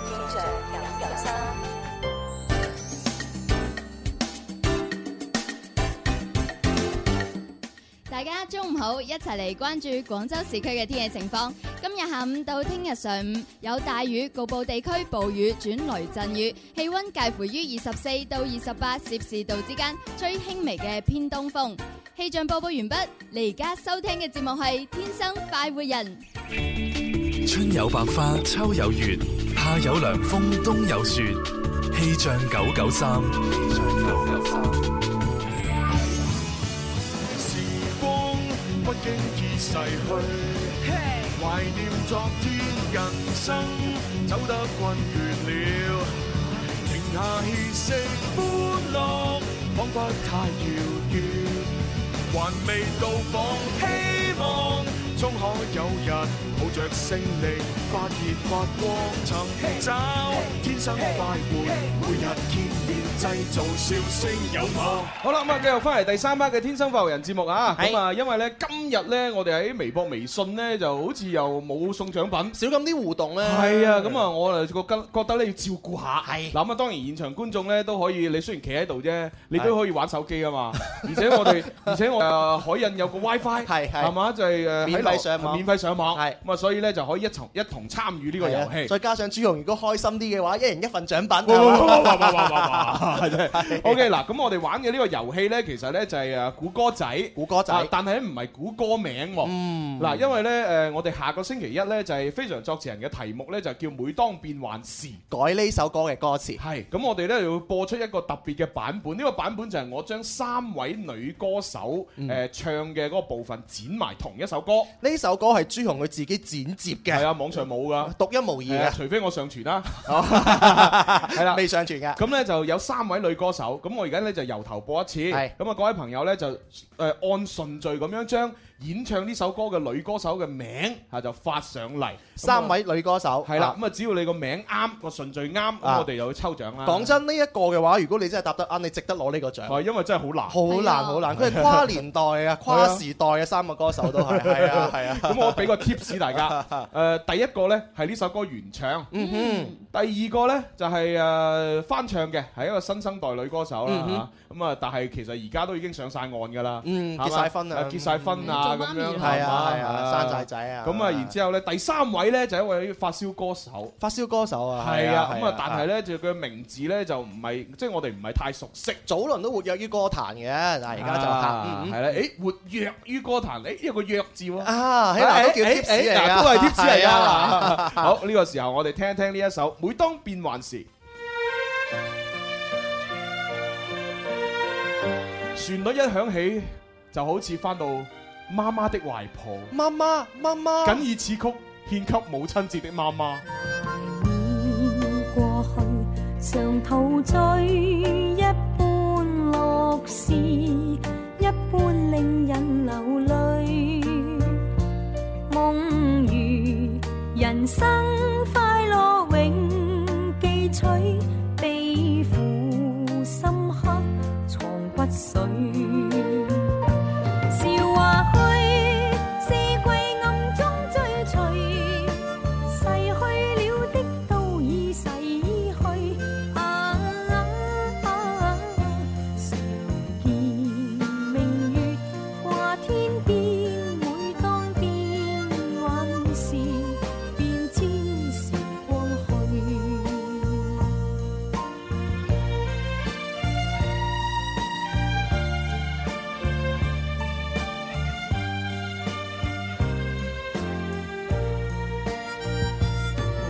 S6: 大家中午好，一齊嚟關注廣州市區嘅天氣情況。今日下午到聽日上午有大雨，局部地區暴雨轉雷陣雨，氣温介乎於二十四到二十八攝氏度之間，吹輕微嘅偏東風。氣象播報完畢，你而家收聽嘅節目係《天生快活人》。
S25: 春有百花，秋有月，夏有涼風，冬有雪。氣象九九三，氣象九九三。
S26: 時光不經意逝去，懷念昨天，人生走得困倦了，停下歇息，歡樂彷彿太遙遠，還未到訪，希望終可有日抱着勝利發熱發光，尋找天生快活，每日見面製造笑聲有我。
S4: 好啦，咁啊，繼續翻嚟第三 part 嘅《天生發育人》節目啊，咁啊，因為咧今日咧，我哋喺微博、微信咧，就好似又冇送獎品，
S5: 少咁啲互動咧。
S4: 係啊，咁啊，我啊覺得覺得咧要照顧下。
S5: 係
S4: 嗱咁啊，當然現場觀眾咧都可以，你雖然企喺度啫，你都可以玩手機啊 嘛。而且我哋，而且我誒海印有個 WiFi，係
S5: 係
S4: 係嘛，就係誒
S5: 免費上網
S4: 免費上網，係啊咁啊，所以咧就可以一同一同參與呢個遊戲。
S5: 再加上朱紅，如果開心啲嘅話，一人一份獎品。
S4: 哇
S5: 係
S4: 哇哇
S5: 嘛
S4: 哇哇哇哇 哇！真係 OK 嗱，咁我哋玩嘅呢個遊戲咧，其實咧就係誒估歌仔，嗯估歌
S5: 仔
S4: 但係咧唔係估歌名喎。嗱，因為咧誒，我哋下個星期一咧就係非常作詞人嘅題目咧，就叫每當變幻時。
S5: 改呢首歌嘅歌詞。
S4: 係咁，我哋咧要播出一個特別嘅版本，呢個版本就
S5: 嗯
S4: 係我將三位女歌手誒唱嘅嗰個部分剪埋同一首歌。
S5: 呢首歌係朱紅佢自己剪接嘅，係
S4: 啊，網上冇噶，
S5: 獨一無
S4: 係
S5: 二
S4: 啊
S5: 嘅。
S4: 除非我上傳啦， 係啦，
S5: 哦未上傳嘅。
S4: 咁咧就有三位女歌手，咁我而家咧就由頭播一次，咁啊各位朋友咧就誒按順序咁樣將演唱呢首歌嘅女歌手嘅名嚇就發上嚟，
S5: 三位女歌手
S4: 係啦
S5: 啊，
S4: 咁啊只要你個名啱個順序啱，咁
S5: 啊
S4: 我哋就會抽獎啦。
S5: 講真呢一個嘅話，如果你真係答得啱，你值得攞呢個獎。
S4: 係因為真係好難，
S5: 好難好難，佢係跨年代啊，跨時代嘅三個歌手都係，係啊 係啊。
S4: 咁我俾個 tips 大 家，誒、第一個呢係呢首歌原唱，
S5: 嗯
S4: 第二個呢就係、誒、翻唱嘅，係一個新生代女歌手
S5: 嗯
S4: 啦
S5: 哼
S4: 嚇，咁啊、但係其實而家都已經上晒岸㗎啦，係
S5: 嗯
S4: 嘛
S5: 結晒婚啦
S4: 啊結晒婚啊
S5: 嗯
S4: 咁
S5: 做媽咪
S4: 樣，
S5: 啦係啊係啊
S4: 嘛
S5: 生晒仔啊
S4: 咁啊然之後呢，第三位呢就係一位發燒歌手。
S5: 發燒歌手啊，
S4: 係啊，咁啊，但係呢，就佢嘅名字呢，就唔係，即係我哋唔係太熟悉。
S5: 早輪都活躍於歌壇嘅，但係而家就
S4: 啊
S5: 嗯嗯
S4: 係啦，誒活躍於歌壇，誒一個躍字喎。
S5: 啊，喺嗱都叫
S4: 誒誒誒
S5: tips 嚟
S4: 哎嗱
S5: 㗎
S4: 都係 tips 嚟
S5: 係
S4: 㗎
S5: 啊。
S4: 好，呢個時候我哋聽一聽呢一首《每當變幻時》。旋律一響起，就好似翻到媽媽的懷抱，
S5: 媽媽媽媽，
S4: 謹以此曲獻給母親節的媽媽。
S7: 過去，常陶醉一般樂事，一般令人流淚。夢如人生快樂永記取，悲苦深刻藏骨髓。笑話虛，四季暗中追隨。逝去了的都已逝去，啊啊啊！常見明月掛天邊，每當變幻時，便知時光去。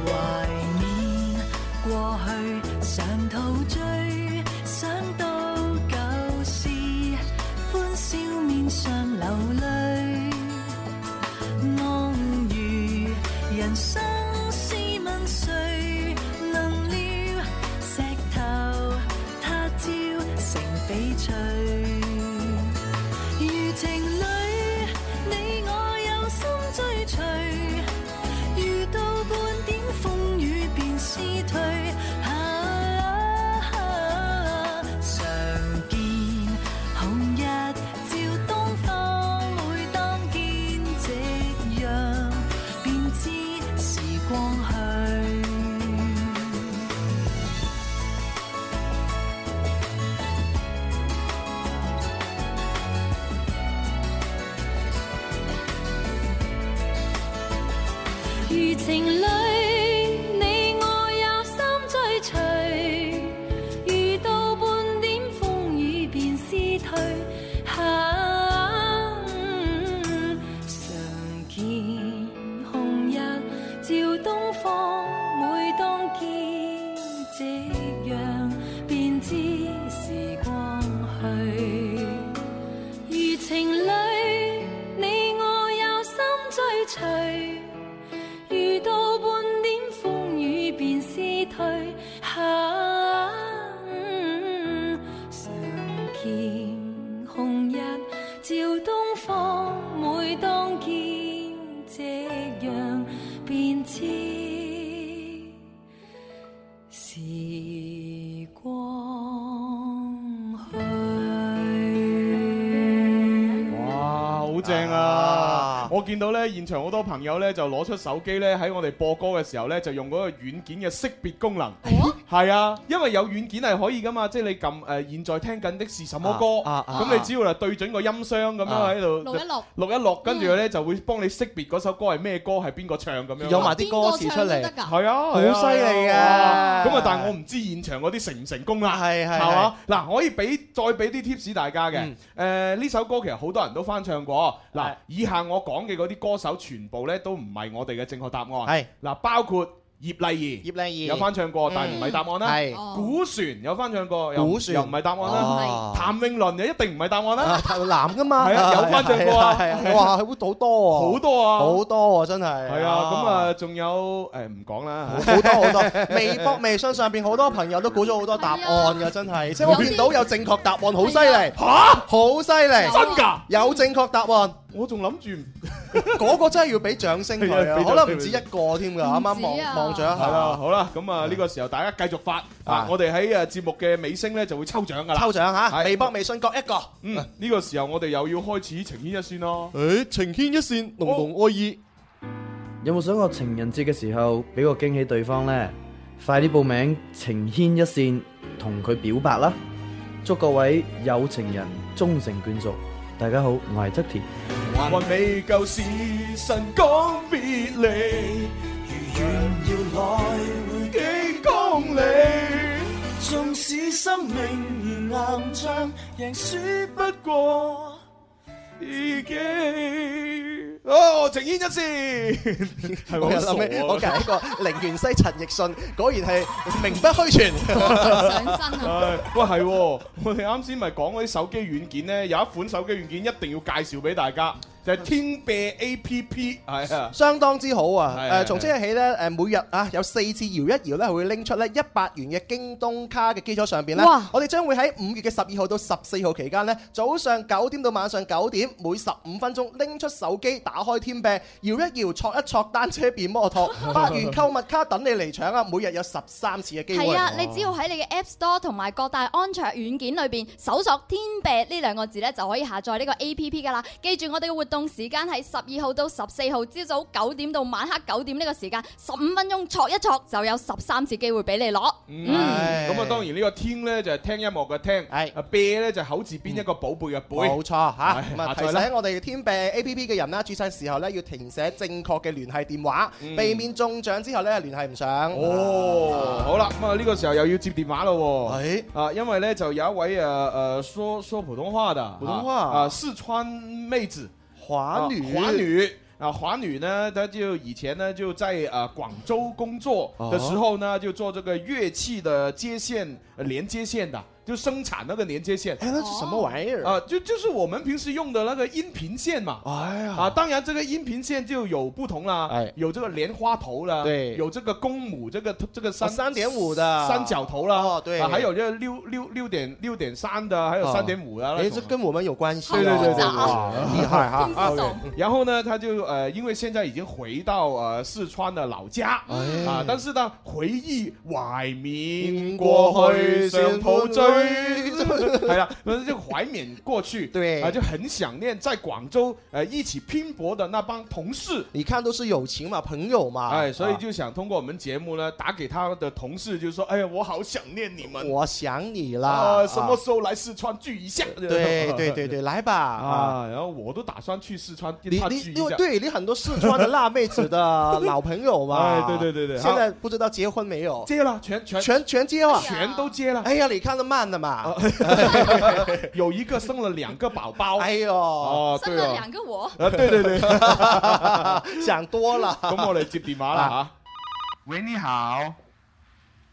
S8: 懷念過去，常陶醉，想到舊事，歡笑面上流淚。夢如人生，試問誰能料？石頭他朝成翡翠。如情侶，你我有心追隨，遇到半點風雨便思退。啊，常見紅日照東方，每當見夕陽，便知時光去。
S7: 如情侶，你我有心追隨，遇到半點風雨便思退。啊嗯常見紅日照東方，每當見夕陽，便知時光去。如情侶，你我有心追隨，遇到半點風雨便思退。啊嗯常見紅日照東方，每當見夕陽，便知時光去。
S4: 哇，好正啊！我見到呢現場好多朋友呢，就攞出手機呢，喺我哋播歌嘅時候呢，就用嗰個軟件嘅識別功能。
S6: 哦
S4: 係啊，因為有軟件係可以噶嘛，即係你撳誒現在聽緊的是什麼歌，
S5: 啊啊啊
S4: 咁你只要就對準個音箱咁
S5: 啊
S4: 樣喺度
S6: 錄一錄
S4: 錄一錄，跟住呢就會幫你識別嗰首歌係咩歌，係邊個唱咁樣。
S5: 有埋啲歌詞出嚟邊個唱都得㗎
S4: 係啊，
S5: 好犀利
S4: 嘅。
S5: 㗎
S4: 哇咁啊，但係我唔知現場嗰啲成唔成功啦。係
S5: 係
S4: 係嘛？嗱，可以俾再俾啲 tips 大家嘅。
S5: 嗯
S4: 誒呢首歌其實好多人都翻唱過。嗱，以下我講嘅嗰啲歌手全部咧都唔係我哋嘅正確答案。係嗱，包括葉麗儀，
S5: 葉麗儀嗯
S4: 有翻唱過，但係唔係答案啦。
S5: 係
S4: 古璇有翻唱過，又
S5: 古璇
S4: 又唔係答案啦
S5: 哦。
S4: 譚詠麟又一定唔係答案啦。
S5: 男噶嘛，
S4: 係啊有翻唱過啊
S5: 係係係哇，好好多啊，
S4: 好多啊
S5: 好多啊，真係。
S4: 係啊，咁啊，仲有誒唔講啦。
S5: 好多好多，微博、微信上邊好多朋友都估咗好多答案㗎，真
S4: à.
S5: 係，即係我見到有正確答案，好犀利，
S4: 嚇，
S5: 好犀
S4: 真
S5: 利，
S4: 㗎，
S5: 有正確答案，
S4: 我仲諗住
S5: 嗰個真係要俾掌聲佢
S4: 係啊俾
S5: 啊，
S4: 掌
S5: 可能
S4: 聲
S5: 唔止一個添㗎，啱啱
S4: 唔止啊
S5: 望望咗一
S4: 係啦，
S5: 下，
S4: 好啦，咁啊呢個時候大家繼續發啊
S5: 啊，
S4: 我哋喺誒節目嘅尾聲咧就會抽獎噶啦，
S5: 抽獎嚇，
S4: 係
S5: 微博、微信各一個，
S4: 嗯，呢個時候我哋又要開始情牽一線咯。
S5: 誒，情牽一線，濃濃愛意。
S27: 有冇想過情人節嘅時候俾個驚喜對方呢？快啲報名情牽一線，同佢表白啦！祝各位有情人終成眷屬。大家好，我係側田。
S4: 還未夠時辰講別離，
S3: 如願要來回幾公里。縱使生命如硬仗，贏輸不過自己。
S4: 哦，情牽一線，係
S5: 我
S4: 咪
S5: 又
S4: 好傻
S5: 諗
S4: 啊
S5: 起我隔一個寧願西陳奕迅，果然係名不虛傳。
S4: 身啊！喂，係喎，我哋啱先咪講嗰啲手機軟件咧，有一款手機軟件一定要介紹俾大家，就係
S5: 嗯
S4: 天貝 A P P，係啊。
S5: 相當之好啊！
S4: 係係
S5: 誒，從即日起咧，誒每日啊有四次搖一搖咧，會拎出咧一百元嘅京東卡嘅基礎上邊咧
S4: 哇，
S5: 我哋將會喺五月嘅十二號到十四號期間咧，早上九點到晚上九點，每十五分鐘拎出手機，打開天幣，搖一搖，戳一戳單車變摩 托，百元購物卡等你嚟搶啊！每日有十三次嘅機會。
S6: 係啊，你只要喺你嘅 App Store 同埋各大安卓軟件裏邊搜索天幣呢兩個字咧，就可以下載呢個 A P P 噶啦。記住我哋嘅活動時間係十二號到十四號，朝早九點到晚黑九點呢個時間，十五分鐘戳一戳就有十三次機會俾你攞。
S4: 嗯，咁啊，當然呢個天咧就係聽音樂嘅聽，啊啤咧就係口字邊一個寶貝嘅貝，
S5: 冇錯 嚇，咁啊
S4: 下
S5: 提
S4: 載啦
S5: 醒我哋天幣 A P P 嘅人啦，註冊時候咧要填寫正確嘅聯繫電話，
S4: 嗯
S5: 避免中獎之後咧聯繫唔上。
S4: 哦，好啦，咁啊呢個時候又要接電話咯喎，啊，因為咧就有一位誒誒說說普通話的，
S5: 普通話
S4: 啊，四川妹子，
S5: 華女
S4: 啊華女。啊，华女呢，她就以前呢就在呃广州工作
S5: 啊
S4: 的时候呢，就做这个乐器的接线、呃连接线的，就生产那个连接线。
S5: 哎，那是什么玩意儿？
S4: 啊，就就是我们平时用的那个音频线嘛。
S5: 哎呀，
S4: 啊，当然这个音频线就有不同啦，有这个莲花头啦，
S5: 哎对
S4: 有这个公母这个这个三
S5: 哦3.5的
S4: 三角头啦，
S5: 哦对
S4: 啊还有这个六六六点六点三的，还有三点五的那
S5: 哎，
S4: 种
S5: 这。跟我们有关系啊。
S4: 对对对对对，
S5: 哇厉害啊哈！
S4: OK 然后呢，他就呃，因为现在已经回到呃四川的老家
S5: 哎
S4: 啊，但是呢，回忆怀缅过去，上头追， 系啦，就怀缅过去，对啊，就很想念在广州呃一起拼搏的那帮同事。
S5: 你看都是友情嘛，朋友嘛。
S4: 哎，所以
S5: 啊
S4: 就想通过我们节目呢，打给他的同事，就说：“哎呀，我好想念你们
S5: 我想你
S4: 啊！
S5: 啦。
S4: 什么时候来四川聚一下？”
S5: 对对对对，来吧
S4: 啊！！然后我都打算去四川跟
S5: 你
S4: 他
S5: 你
S4: 聚一
S5: 因为
S4: 下。
S5: 对你很多四川的辣妹子的老朋友 嘛，
S4: 哎对对对对
S5: 现在不知道结婚没有？
S4: 接了，全全
S5: 全全啊接了，
S4: 全都接了。
S5: 哎呀，你看得慢的嘛，
S4: 有一个生了两个宝宝。
S5: 哎呦，
S4: 哦，对
S6: 那
S4: 哦，
S6: 兩個我，
S4: 啊，对对对，
S5: 想多了。
S4: 咁我哋接电
S5: 啊
S4: 话啦吓。
S25: 喂，你好，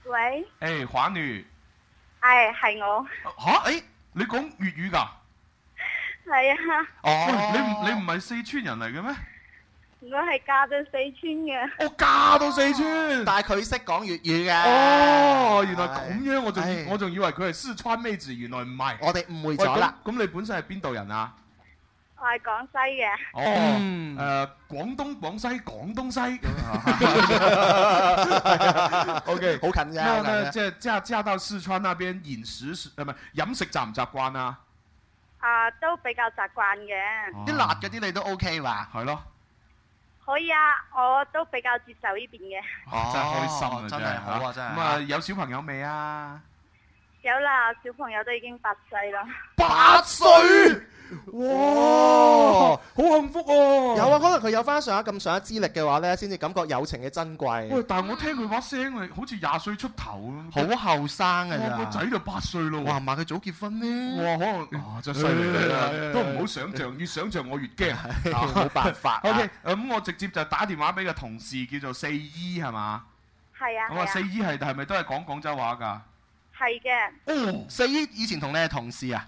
S12: 喂，
S25: 誒華女，
S12: 哎，係我，
S25: 嚇誒，哎你講粵語㗎？
S12: 係啊，
S25: 哦，你唔你唔係四川人嚟嘅咩？
S12: 我係嫁到四川嘅。
S4: 我嫁到四川，
S5: 但係佢識講粵語嘅。哎
S25: 哦，原來咁樣，我仲以我仲以為佢係四川妹子，原來唔係。
S5: 我哋誤會
S25: 喂
S5: 咗啦。
S25: 咁咁你本身係邊度人啊？
S12: 我係廣西嘅，
S25: 哦，
S5: 嗯
S25: 誒廣東、廣西、廣東西咁啊。OK，
S5: 好近啫
S25: 那
S5: 好近
S25: 那
S5: 啫
S25: 即係嫁嫁到四川那邊飲食是呃唔係飲食習唔習慣啊？
S12: 啊都比較習慣嘅，
S4: 哦
S5: 啲辣嗰啲你都 OK 嘛？
S25: 係咯。
S12: 可以啊，我都比較接受呢邊嘅。
S25: 哇真係開心啊！
S5: 哦真係
S25: 係
S5: 好啊真係
S25: 咁啊，有小朋友未啊？
S12: 有啦，小朋友都已經八歲啦。
S25: 八歲，
S5: 哇，
S4: 好幸福哦！
S5: 哦有啊，可能佢有翻上一咁上一資歷嘅話咧，先至感覺友情嘅珍貴。
S25: 喂，但係我聽佢把聲係好似廿歲出頭
S5: 嗯好啊
S25: 咁。
S5: 後生嘅
S25: 哇個仔就八歲咯喎。
S5: 啊哇，唔係佢早結婚呢？
S25: 哇，可能啊，真係犀利啦
S5: 哎，
S25: 都唔好想象，越想象我越驚，
S5: 冇辦法 啊
S25: OK，咁我直接就打電話俾個同事，叫做四姨係嘛？
S12: 係啊，
S4: 我
S12: 係
S4: 話四
S12: 啊，
S4: 姨係係咪都係講廣州話㗎？
S12: 係嘅。
S4: 哦，
S5: 四姨以前同你係同事啊？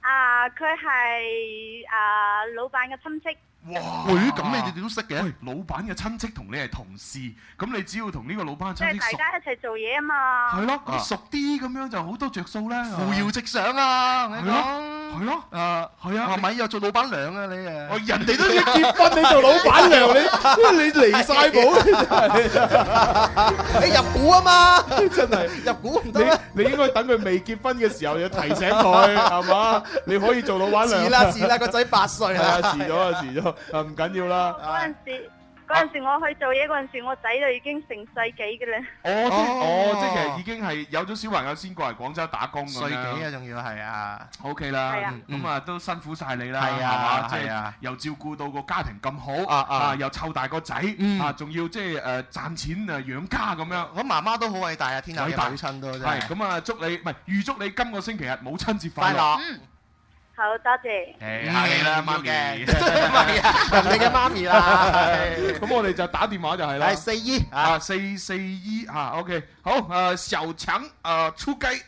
S12: 啊，佢係啊老闆嘅親戚。
S4: 哇！
S5: 會咁你哋都識嘅？
S4: 喂，老闆嘅親戚同你係同事，咁你只要同呢個老闆嘅
S12: 即
S4: 親
S12: 係
S4: 戚
S12: 大
S4: 熟，
S12: 家一齊做嘢啊嘛。
S4: 係咯，咁熟啲咁樣就好多着數啦。
S5: 扶搖直上啊！我
S4: 係
S5: 同你講。
S4: 咯，係咯，
S5: 啊，
S4: 係啊，
S5: 阿咪又做老闆娘啊，你啊，
S28: 人哋都要結婚，你做老闆娘，你你離晒 譜，
S29: 你入股啊嘛，
S28: 真係
S29: 入股唔
S28: 得你你應該等佢未結婚嘅時候就提醒佢，係嘛？你可以做老闆娘。
S29: 遲啦遲啦個仔八歲啦
S28: 係啊，遲咗啊，遲咗啊，唔緊要啦。
S12: 嗰陣時，
S4: 啊
S12: 嗰陣時我去做嘢嗰陣時，我仔就已經成世紀嘅啦。
S4: 哦，即哦，即係其實已經係有咗小朋友先過嚟廣州打工咁
S5: 歲幾
S4: 樣
S5: 啊，。仲要係啊。
S4: O K 啦嗯
S5: 係啊，
S4: 咁啊都辛苦晒你啦，
S5: 係
S4: 係
S5: 啊
S4: 嘛？即
S5: 係
S4: 係
S5: 啊
S4: 又照顧到個家庭咁好，
S5: 啊啊嗯
S4: 又湊大個仔，啊仲要即係誒賺錢啊養家咁樣。
S5: 我媽媽都好偉大啊，天下嘅
S4: 偉大
S5: 母親都真
S4: 係
S5: 係。
S4: 咁啊，祝你唔係預祝你今個星期日母親節
S5: 快
S4: 快樂。嗯
S5: 樂，
S12: 好多謝。
S4: 誒下你啦，媽咪，
S5: 人哋嘅媽咪啦。
S4: 咁我哋就打電話就係啦。
S5: 係四姨
S4: 啊，四四姨啊，OK，好 à, ờ, 誒，小強誒出雞。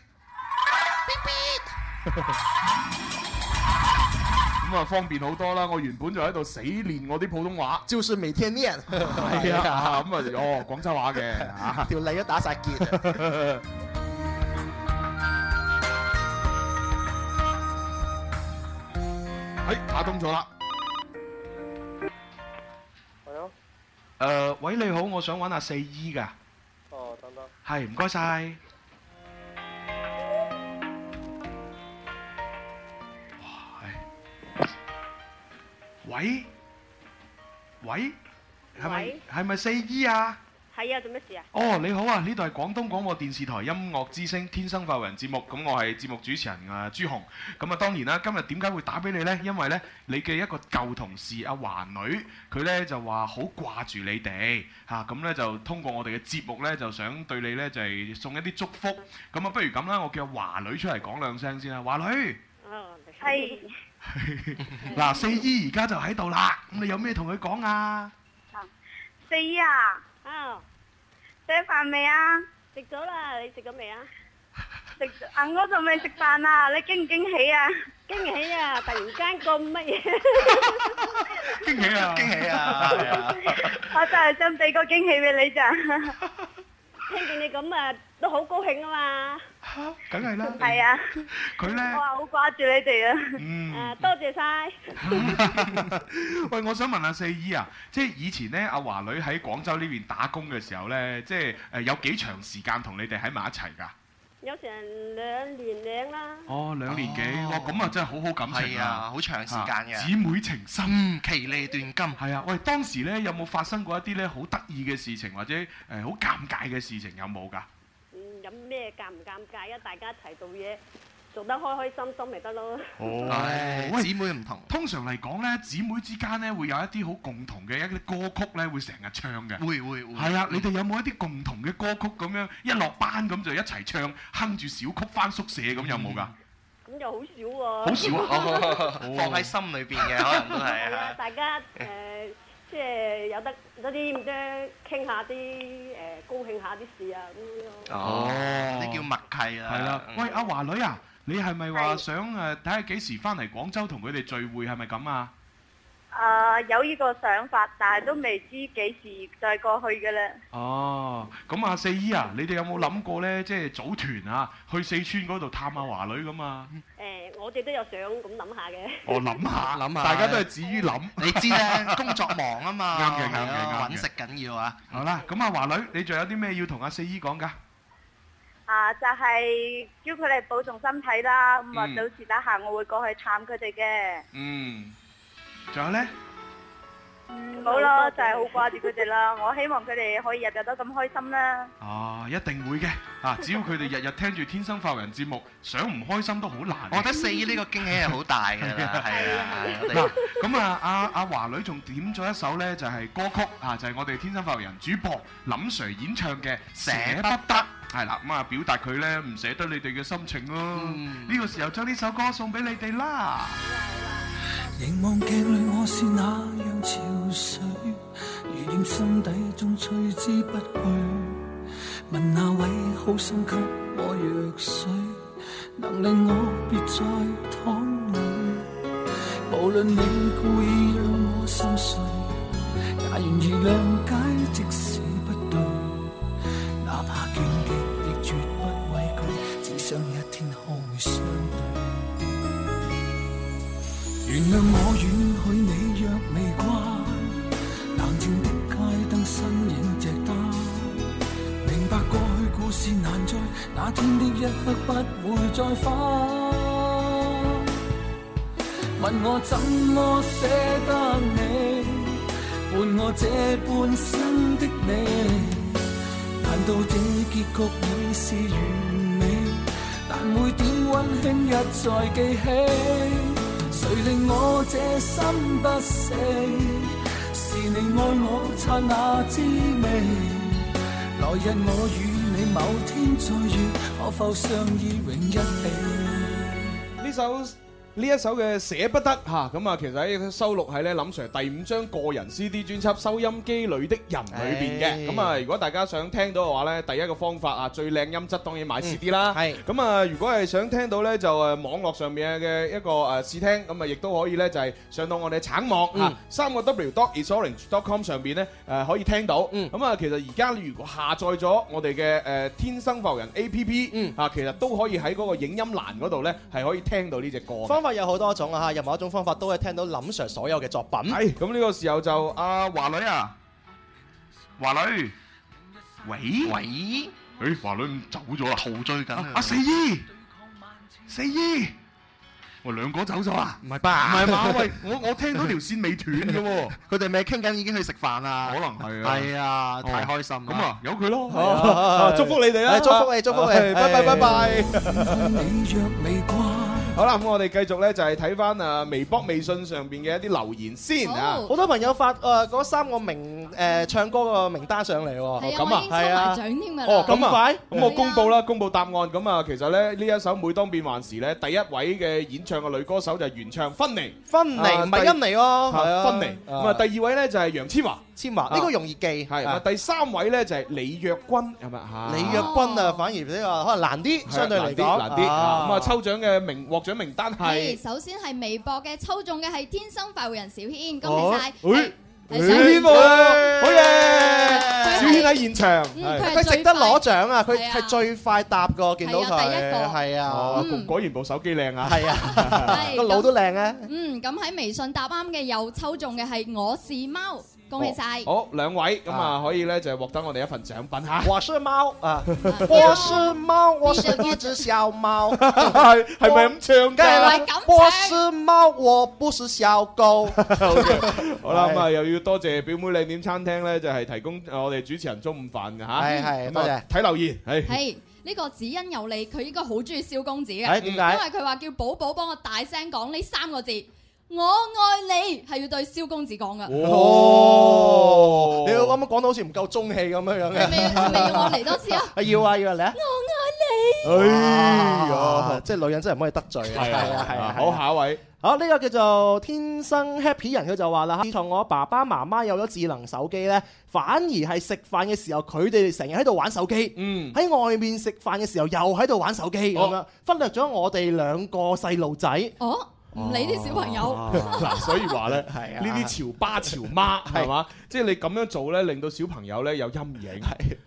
S4: 咁啊，方便好多啦！我原本就喺度死練我啲普通話，
S29: 就是每天念，
S4: 係啊，咁啊，哦，廣州話嘅嚇。
S29: 條脷都打晒結。
S4: 係打通咗啦。誒，喂，你好，我想揾阿四姨㗎。
S30: 哦，等等。
S4: 係，唔該晒。哇！係喂喂，係咪
S12: 喂
S4: 係咪四姨啊？
S12: 係啊，做咩事啊？
S4: 哦，你好啊！呢度係廣東廣播電視台音樂之聲《天生快活人》節目，咁我係節目主持人啊朱紅。咁啊，當然啦，今日點解會打俾你呢？因為呢，你嘅一個舊同事阿華女，佢呢就話好掛住 你哋嚇，咁、呢就通過我哋嘅節目呢，就想對你呢就係、送一啲祝福。咁啊，不如咁啦，我叫華女出嚟講兩聲先啦，華 女。
S12: 係
S4: 嗱，四姨而家就喺度啦，咁你有咩同佢講啊？
S12: 四姨啊。啊。食飯未啊？食咗啦，你食咗未啊？食啊！我仲未食飯啊！你驚唔驚喜啊？驚喜啊！突然間咁乜嘢？
S4: 驚喜啊！
S5: 驚 喜啊！係啊
S12: 我就係想俾個驚喜俾你咋。
S31: 聽見你咁啊，都好高興啊嘛。
S4: 梗係啦。
S12: 係啊。
S4: 佢呢
S12: 我話好掛住你哋啊。
S4: 嗯。
S12: À,
S31: 啊，多謝晒。
S4: 喂，我想問下四姨啊，即係以前呢，阿華女喺廣州呢邊打工嘅時候呢，即係誒有幾長時間同你哋喺埋一齊㗎？
S31: 有成兩年零啦。
S4: 哦，兩年幾，哇，咁啊真係好好感情
S5: 係啊好長時間嘅
S4: 啊姊妹情深，其利斷金。係啊，喂，當時呢，有冇發生過一啲呢好得意嘅事情，或者誒好尷尬嘅事情有冇㗎？
S31: 嗯，有咩尷唔尷尬啊？大家一齊做嘢，做得開開心心咪得咯。
S5: 唉
S4: 哦喂
S5: 姊妹唔同。
S4: 通常嚟講呢，姊妹之間呢會有一啲好共同嘅一啲歌曲呢，會成日唱嘅。
S5: 會會會，
S4: 係啊，你哋有冇一啲共同嘅歌曲咁樣一落班咁就一齊唱，哼住小曲翻宿舍咁有冇㗎？
S31: 咁就好少
S12: à.
S31: 喎。
S4: 好少 啊
S5: 放喺心裏邊
S4: 哦
S5: 嘅可能都係
S31: 係啊
S5: 啊，。
S31: 大家誒，即係有得有啲咁多傾下啲誒，高興下啲事啊咁樣咯。
S5: 哦，呢叫默契啦。
S4: 係啦，
S5: 嗯
S4: 喂，阿華女啊，你係咪話想誒睇下幾時翻嚟廣州同佢哋聚會係咪咁啊？
S12: 啊，有呢個想法，但係都未知幾時再過去嘅啦。
S4: 哦，咁啊，四姨啊，你哋有冇諗過呢？即係組團啊，去四川嗰度探下華女咁啊？
S31: 誒，我哋都有想咁諗下嘅。
S4: 我諗下，
S5: 諗下
S4: 大家都係止於諗。
S5: 你知咧，工作忙啊嘛，
S4: 啱嘅啱嘅
S5: 係啊
S4: 啱嘅
S5: 揾食緊要啊。
S4: 好啦，咁啊，華女，你仲有啲咩要同阿四姨講㗎？
S12: 啊，就係叫佢哋保重身體啦。咁啊
S4: 嗯，
S12: 到時得閒我會過去探佢哋嘅。
S4: 嗯，仲有呢？
S31: 嗯
S12: 冇咯，就係好掛住佢 哋啦。我希望佢哋可以日日都咁開心啦。
S4: 哦，一定會嘅。 啊，只要佢哋日日聽住《天生發人》節目，想唔開心都好難嘅。
S5: 我覺得四姨呢個驚喜係好大㗎 啦，係啊，我哋
S4: 嗱，咁啊，阿阿華女仲點咗一首呢，就係歌曲啊，就係我哋天生發育人主播林 Sir 演唱嘅《捨不得》，係啦，咁啊表達佢呢唔捨得你哋嘅心情咯。呢個時候將呢首歌送俾你哋啦。
S3: 凝望鏡裏，我是那樣憔悴，如念心底中吹之不去。問那位好心給我藥水，能令我別再淌淚。無論你故意讓我心碎，也願意諒解，即使不對。哪怕荊棘亦絕不畏懼，只想一天可會相對。原諒我遠去，你若未關，冷清的街燈身影隻單。明白過去故事難再，那天的一刻不會再返。問我怎麼捨得你，伴我這半生的你，難道這結局會是完美？但每點溫馨一再記起。誰令我這心不死？是你愛我剎那滋味。來日我與你某天再遇，可否相依永一起？
S4: 呢首呢一首嘅捨不得嚇，咁啊其實喺收錄喺咧林 Sir 第五張個人 CD 專輯《收音機裏的人》裏邊嘅。
S32: 唉
S4: 咁啊，如果大家想聽到嘅話咧，第一個方法啊，最靚音質當然買 CD 啦。係。咁啊，如果係想聽到咧，就誒網絡上面嘅一個誒試聽，咁啊亦都可以咧就係上到我哋橙網啊，三個 W dot isorange.com 上邊咧誒可以聽到。咁啊，其實而家如果下載咗我哋嘅誒天生浮人 A P P 啊，其實都可以喺嗰個影音欄嗰度咧係可以聽到呢只歌嘅。
S5: 方法有好多種啊，任何一種方法都可以聽到林 Sir 所有嘅作
S24: 哎
S5: 品。
S4: 係哎咁呢個時候就阿華女啊，
S8: 華女，喂
S33: 喂，
S8: 誒華女走咗啦，
S33: 陶醉緊啊
S8: 阿四姨，四姨，喂兩個走咗啊？
S33: 唔係吧
S8: 唔係嘛？喂，我我聽到條線未斷嘅喎。
S33: 佢哋咪傾緊已經去食飯啦，可
S8: 能
S33: 啊，係
S8: 係
S33: 啊，太開心啦。咁
S8: 啊，由佢咯
S5: 係啊
S4: 祝福你 哋啦，
S5: 係祝福你，祝福你，
S4: 係拜拜拜拜。
S3: 你若未關。
S4: 好啦，咁我哋繼續咧就係睇翻啊微博、微信上邊嘅一啲留言先啊。
S5: 好多朋友發誒嗰三個名誒唱歌個名單上嚟喎，
S4: 係啊咁啊我已經收埋
S5: 獎
S6: 添
S4: 哦，咁
S5: 快
S4: 快，咁我公佈啦，公佈答案。咁啊，其實咧呢一首《每當變幻時》咧，第一位嘅演唱嘅女歌手就係原唱芬妮，
S5: 芬妮
S4: 啊
S5: 唔係
S4: 第
S5: 恩妮喎係啊
S4: 芬妮。咁啊，
S5: 啊
S4: 第二位咧就係楊千嬅，
S5: 千嬅呢個容易記
S4: 係。咁
S5: 啊
S4: 啊第三位咧就係李若君，係咪啊？
S5: 李若君啊，反而比較可能難啲，相對嚟
S4: 係啊
S5: 講
S4: 難啲難啲。
S5: 啊
S4: 咁啊，抽獎嘅名獲獎名單係
S6: 係，。首先係微博嘅抽中嘅係天生快活人小軒，恭喜晒！
S4: 誒，
S6: 係
S4: 小軒喎，好嘢！小軒喺現場，
S5: 係
S4: 係
S5: 佢值得攞獎啊！佢係最快答過，見到佢係啊
S4: 哦，，果然部手機靚啊，
S5: 係啊，個腦都靚啊！
S6: 嗯，咁喺微信答啱嘅又抽中嘅係我是貓，恭喜晒！
S4: 好，兩位咁啊，可以咧就獲得我哋一份獎品嚇。
S5: 我是貓啊，
S4: 我
S5: 是貓，我是一隻小貓。
S4: 係係咪咁唱
S5: 梗係啦
S4: 㗎？
S5: 我是貓，我不是小狗。
S4: 好啦，咁啊又要多謝表妹靚點餐廳咧，就係提供我哋主持人中午飯嘅嚇。
S5: 係係
S4: 咁啊
S5: 多謝
S4: 睇留言，係。
S6: 係呢個只因有你，佢應該好中意蕭公子嘅。
S4: 係點解
S6: 因為佢話叫寶寶幫我大聲講呢三個字，我愛你係要對蕭公子講㗎。
S5: 哦，你啱啱講到好似唔夠中氣咁樣樣嘅，係
S6: 咪要我嚟多次啊？
S5: 要啊要啊，嚟啊！
S6: 我
S4: 愛
S5: Ờ, 哎呀，即係女人真係唔可以得罪啊！
S4: 係啊
S5: 係啊係啊！
S4: 好下一位。
S5: 好，呢、個叫做天生 happy 人，佢就話啦：自從我爸爸媽媽有咗智能手機呢，反而係食飯嘅時候，佢哋成日喺度玩手機。
S4: 嗯，
S5: 喺外面食飯嘅時候又喺度玩手機咁樣，忽略咗我哋兩個細路 仔。
S6: 哦，唔理啲小朋友。
S4: 嗱，所以話咧，
S5: 係
S4: 呢
S5: 啊
S4: 啲潮爸潮媽係嘛，即係你咁樣做咧，令到小朋友咧有陰影。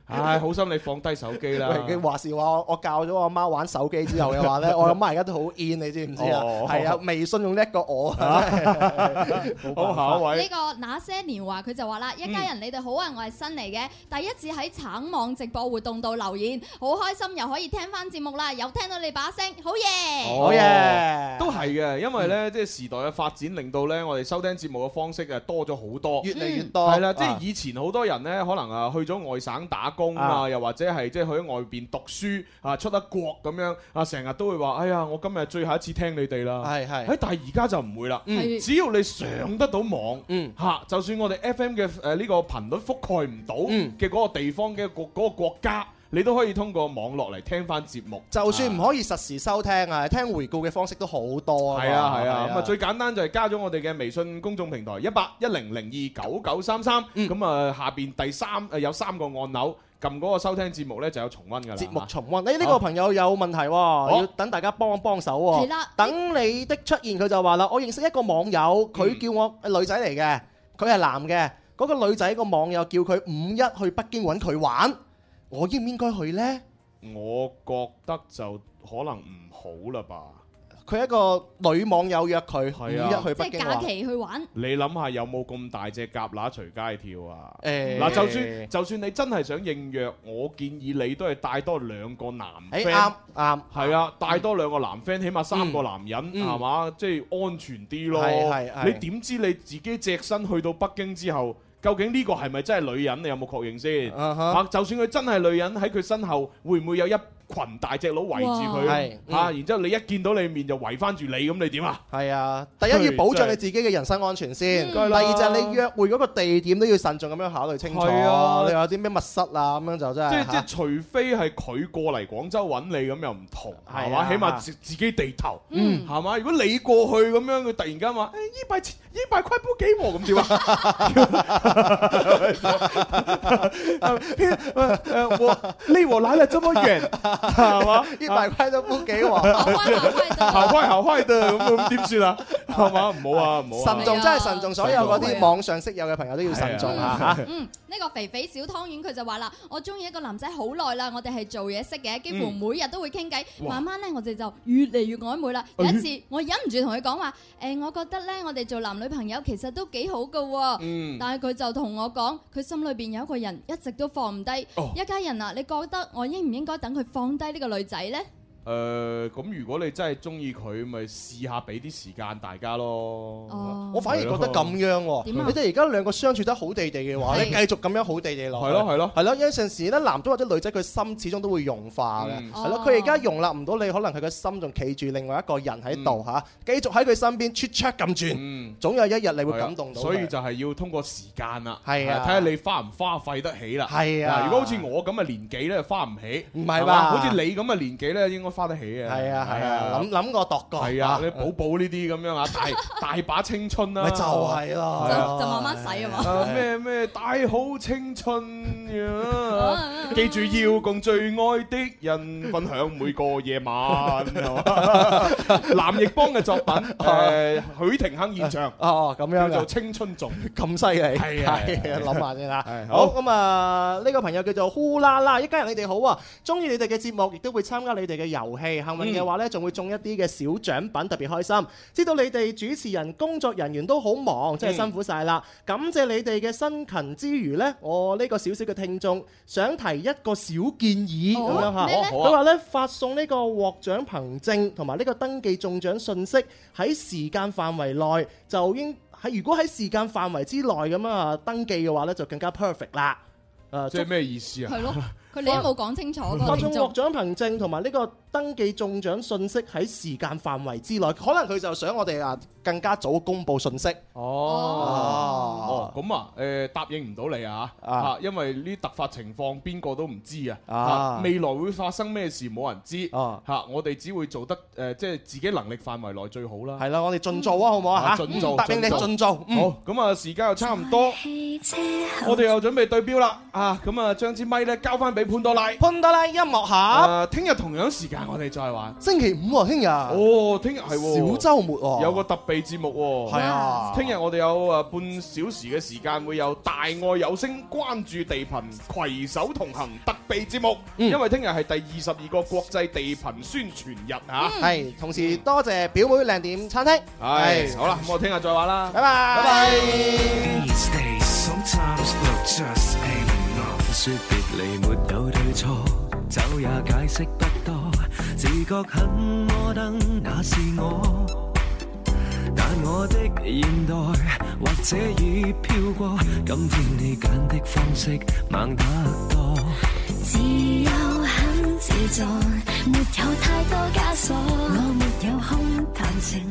S4: 唉，好心你放低手機啦。
S5: 喂，佢話是話我我教咗我媽玩手機之後嘅話呢，我阿媽而家都好 in，你知唔知啊？
S4: 哦
S5: 係啊，微信仲叻過我啊！
S4: 好下一位
S6: 呢個那些年華佢就話啦，一家人你哋好啊，我係新嚟嘅，第一次喺橙網直播活動度留言，好開心又可以聽翻節目啦，又聽到你把聲，好嘢！
S5: 好
S4: 嘢，都係嘅，因為咧，即係時代嘅發展令到咧，我哋收聽節目嘅方式啊多咗好多，
S5: 越嚟越多
S4: 係啦，即係
S5: 啊
S4: 以前好多人咧，可能啊去咗外省打工啊，
S5: 啊
S4: 又或者係即係去咗外邊讀書啊，出得國咁樣啊，成日都會話：哎呀，我今日最後一次聽你哋啦。哎
S5: 係啊係
S4: 誒，但係而家就唔會啦。
S5: 嗯
S4: 只要你上得到網，嚇，
S5: 嗯
S4: 就算我哋 FM 嘅誒呢個頻率覆蓋唔到嘅嗰個地方嘅嗰嗰個國家。你都可以通過網絡嚟聽翻節目。
S5: 就算唔可以實時收聽啊，聽回顧嘅方式都好多啊嘛。
S4: 係啊係啊，咁啊
S5: 最
S4: 最簡單就係加咗我哋嘅微信公眾平台一八一零零二九九三三，
S5: 嗯
S4: 咁啊下邊第三呃誒有三個按鈕，撳嗰個收聽節目咧就有重温㗎啦。啊哦
S5: 節目重温，誒呢個朋友有問題喎，要等大家幫幫手喎。
S4: 係啦
S5: 等你的出現，佢就話啦，我認識一個網友，
S4: 嗯
S5: 佢叫我呃女仔嚟嘅，佢係男嘅，嗰個女仔個網友叫佢五一去北京揾佢玩，我應唔應該去呢？
S4: 我覺得就可能唔好啦吧。
S5: 佢一個女網友約佢五
S4: 係啊
S5: 一去北
S6: 即
S5: 京
S6: 係假
S5: 玩。
S6: 期去玩。
S4: 你諗下有冇咁大隻蛤乸隨街跳啊？
S5: 誒
S4: 嗱，就算就算你真係想應約，我建議你都係帶多兩個男
S5: 誒
S4: friend，
S5: 啱啱
S4: 係啊，帶多兩個男 friend，起碼三個男人
S5: 嗯
S4: 係嘛，即係安全啲
S5: 係係
S4: 咯。
S5: 係
S4: 你點知你自己隻身去到北京之後？究竟呢個係咪真係女人？你有冇確認先？啊就算佢真係女人，喺佢身後會唔會有一群大隻佬圍住
S5: 哇係
S4: 佢？
S5: 嗯
S4: 啊，然之後你一見到你面就圍翻住你，咁你點啊？
S5: 係啊，第一要保障你自己嘅人身安全先，
S4: 嗯
S5: 第二就係你約會嗰個地點都要慎重咁樣考慮清楚。
S4: 係啊
S5: 你話有啲咩密室啊咁樣就真
S4: 即係
S5: 係
S4: 即係，除非係佢過嚟廣州揾你咁又唔同，係嘛？
S5: 啊
S4: 起碼自自己地頭，
S5: 嗯
S4: 係嘛？如果你過去咁樣，佢突然間話：誒一百千一百塊煲幾和咁點啊？誒誒 我呢和奶了這麼遠，係啊嘛？啊
S5: 一百塊都煲幾和，
S6: 哦 啊
S4: 好壞好壞的咁咁點算啊？係嘛？唔好啊，唔好啊！
S5: 慎重真係慎重，所有嗰啲網上識友嘅朋友都要慎重啊嚇
S4: 啊
S5: 嚇。
S6: 嗯，呢個肥肥小湯圓佢就話啦：我中意一個男仔好耐啦，我哋係做嘢識嘅，幾乎
S5: 嗯
S6: 每日都會傾偈。
S5: 哇
S6: 慢慢咧，我哋就越嚟越曖昧啦。有
S5: 哎
S6: 一次，我忍唔住同佢講話：誒，我覺得咧，我哋做男女朋友其實都幾好噶喎
S1: 嗯。
S6: 但係佢就同我講，佢心裏邊有一個人一直都放唔低。
S5: 哦
S6: 一家人啊，你覺得我應唔應該等佢放低呢個女仔呢？
S4: 誒咁，如果你真係中意佢，咪試下俾啲時間大家咯。
S5: 哦
S6: 哦
S5: 我反而覺得咁樣喎，
S4: 點啊
S5: 你哋而家兩個相處得好地地嘅話，
S4: 係
S5: 你繼續咁樣好地地落去，
S4: 係咯係咯
S5: 係咯，有陣時咧，男仔或者女仔佢心始終都會融化嘅，
S4: 嗯
S5: 係咯
S4: 哦，
S5: 佢而家容納唔到你，可能佢嘅心仲企住另外一個人喺
S4: 嗯
S5: 度嚇，繼續喺佢身邊 c h 咁
S4: 轉，
S5: 總有一日你會
S4: 係啊
S5: 感動到佢。
S4: 所以就係要通過時間啦，
S5: 係啊
S4: 睇下你花唔花費得起啦。
S5: 係啊
S4: 嗱如果好似我咁嘅年紀咧，花唔起，
S5: 唔係
S4: 係
S5: 吧
S4: 好似你咁嘅年紀咧，應該花得起嘅。
S5: 係啊係啊，諗諗過度過。
S4: 係啊，你寶寶呢啲咁樣啊， 大大把青春啦，
S5: 咪就係咯
S4: 係啊
S5: 就就慢慢
S6: 使啊嘛
S4: 啊咩咩大好青春 啊！記住要共最愛的人分享每個夜晚，係 嘛藍奕邦嘅作品，誒許廷鏗現場
S5: 哦咁樣
S4: 叫
S5: 㗎
S4: 做青春頌，
S5: 咁犀利，
S4: 係啊
S5: 係啊諗下先啦。好
S4: 好
S5: 咁啊，呢個朋友叫做呼啦啦，一家人你哋好啊，中意你哋嘅節目，亦都會參加你哋嘅遊戲，幸運嘅話呢，仲會中一啲嘅小獎品，特別開心。知道你哋主持人、工作人員都好忙，真係辛苦晒啦。感謝你哋嘅辛勤之餘呢，我呢個小小嘅聽眾想提一個小建議咁哦樣嚇，咩呢佢話呢，發送呢個獲獎憑證同埋呢個登記中獎信息喺時間範圍內就應喺如果喺時間範圍之內咁啊登記嘅話呢，就更加 perfect 啦。誒，
S4: 即係咩意思啊？
S6: 係咯，佢哋都冇講清楚嗰個
S5: 發
S6: 聽
S5: 送
S6: 眾
S5: 獲。獎憑證同埋呢個登記中獎信息喺時間範圍之內，可能佢就想我哋啊更加早公佈信息。
S4: 啊哦，哦，咁啊，誒答應唔到你啊，啊，因為呢突發情況邊個都唔知啊，
S5: 啊
S4: 啊未來會發生咩事冇人知，
S5: 哦
S4: 嚇，我哋只會做得誒，即係自己能力範圍內最好啦。
S5: 係啦，我哋盡做啊，好唔好啊？嚇
S4: 盡做，
S5: 答應你盡做。嗯
S4: 好，咁啊，時間又差唔多，我哋又準備對標啦，啊，咁啊，將支咪咧交翻俾潘多拉，啊
S5: 潘多拉音樂盒。
S4: 誒，聽日同樣時間我哋再玩。
S5: 星期五啊喎，聽日。
S4: 哦，聽日係喎，
S5: 小周末喎。
S4: 有個特備節目喎，
S5: 係啊
S4: 聽日我哋有誒半小時嘅時間，會有大愛有聲關注地貧，攜手同行特備節目。因為聽日係第二十二個國際地貧宣傳日啊嚇，
S5: 嗯係，同時多謝表妹靚點餐廳。
S4: 係好啦，咁我聽日再玩啦，
S5: 拜拜
S4: 拜拜。
S34: These days, sometimes love just ain't enough。
S3: 说別離沒有對錯，酒也解釋不多，自覺很摩登，那是我。但我的現代或者已飄過，今天你揀的方式猛得多。
S8: 自由很自在，沒有太多枷鎖，我沒有空談情，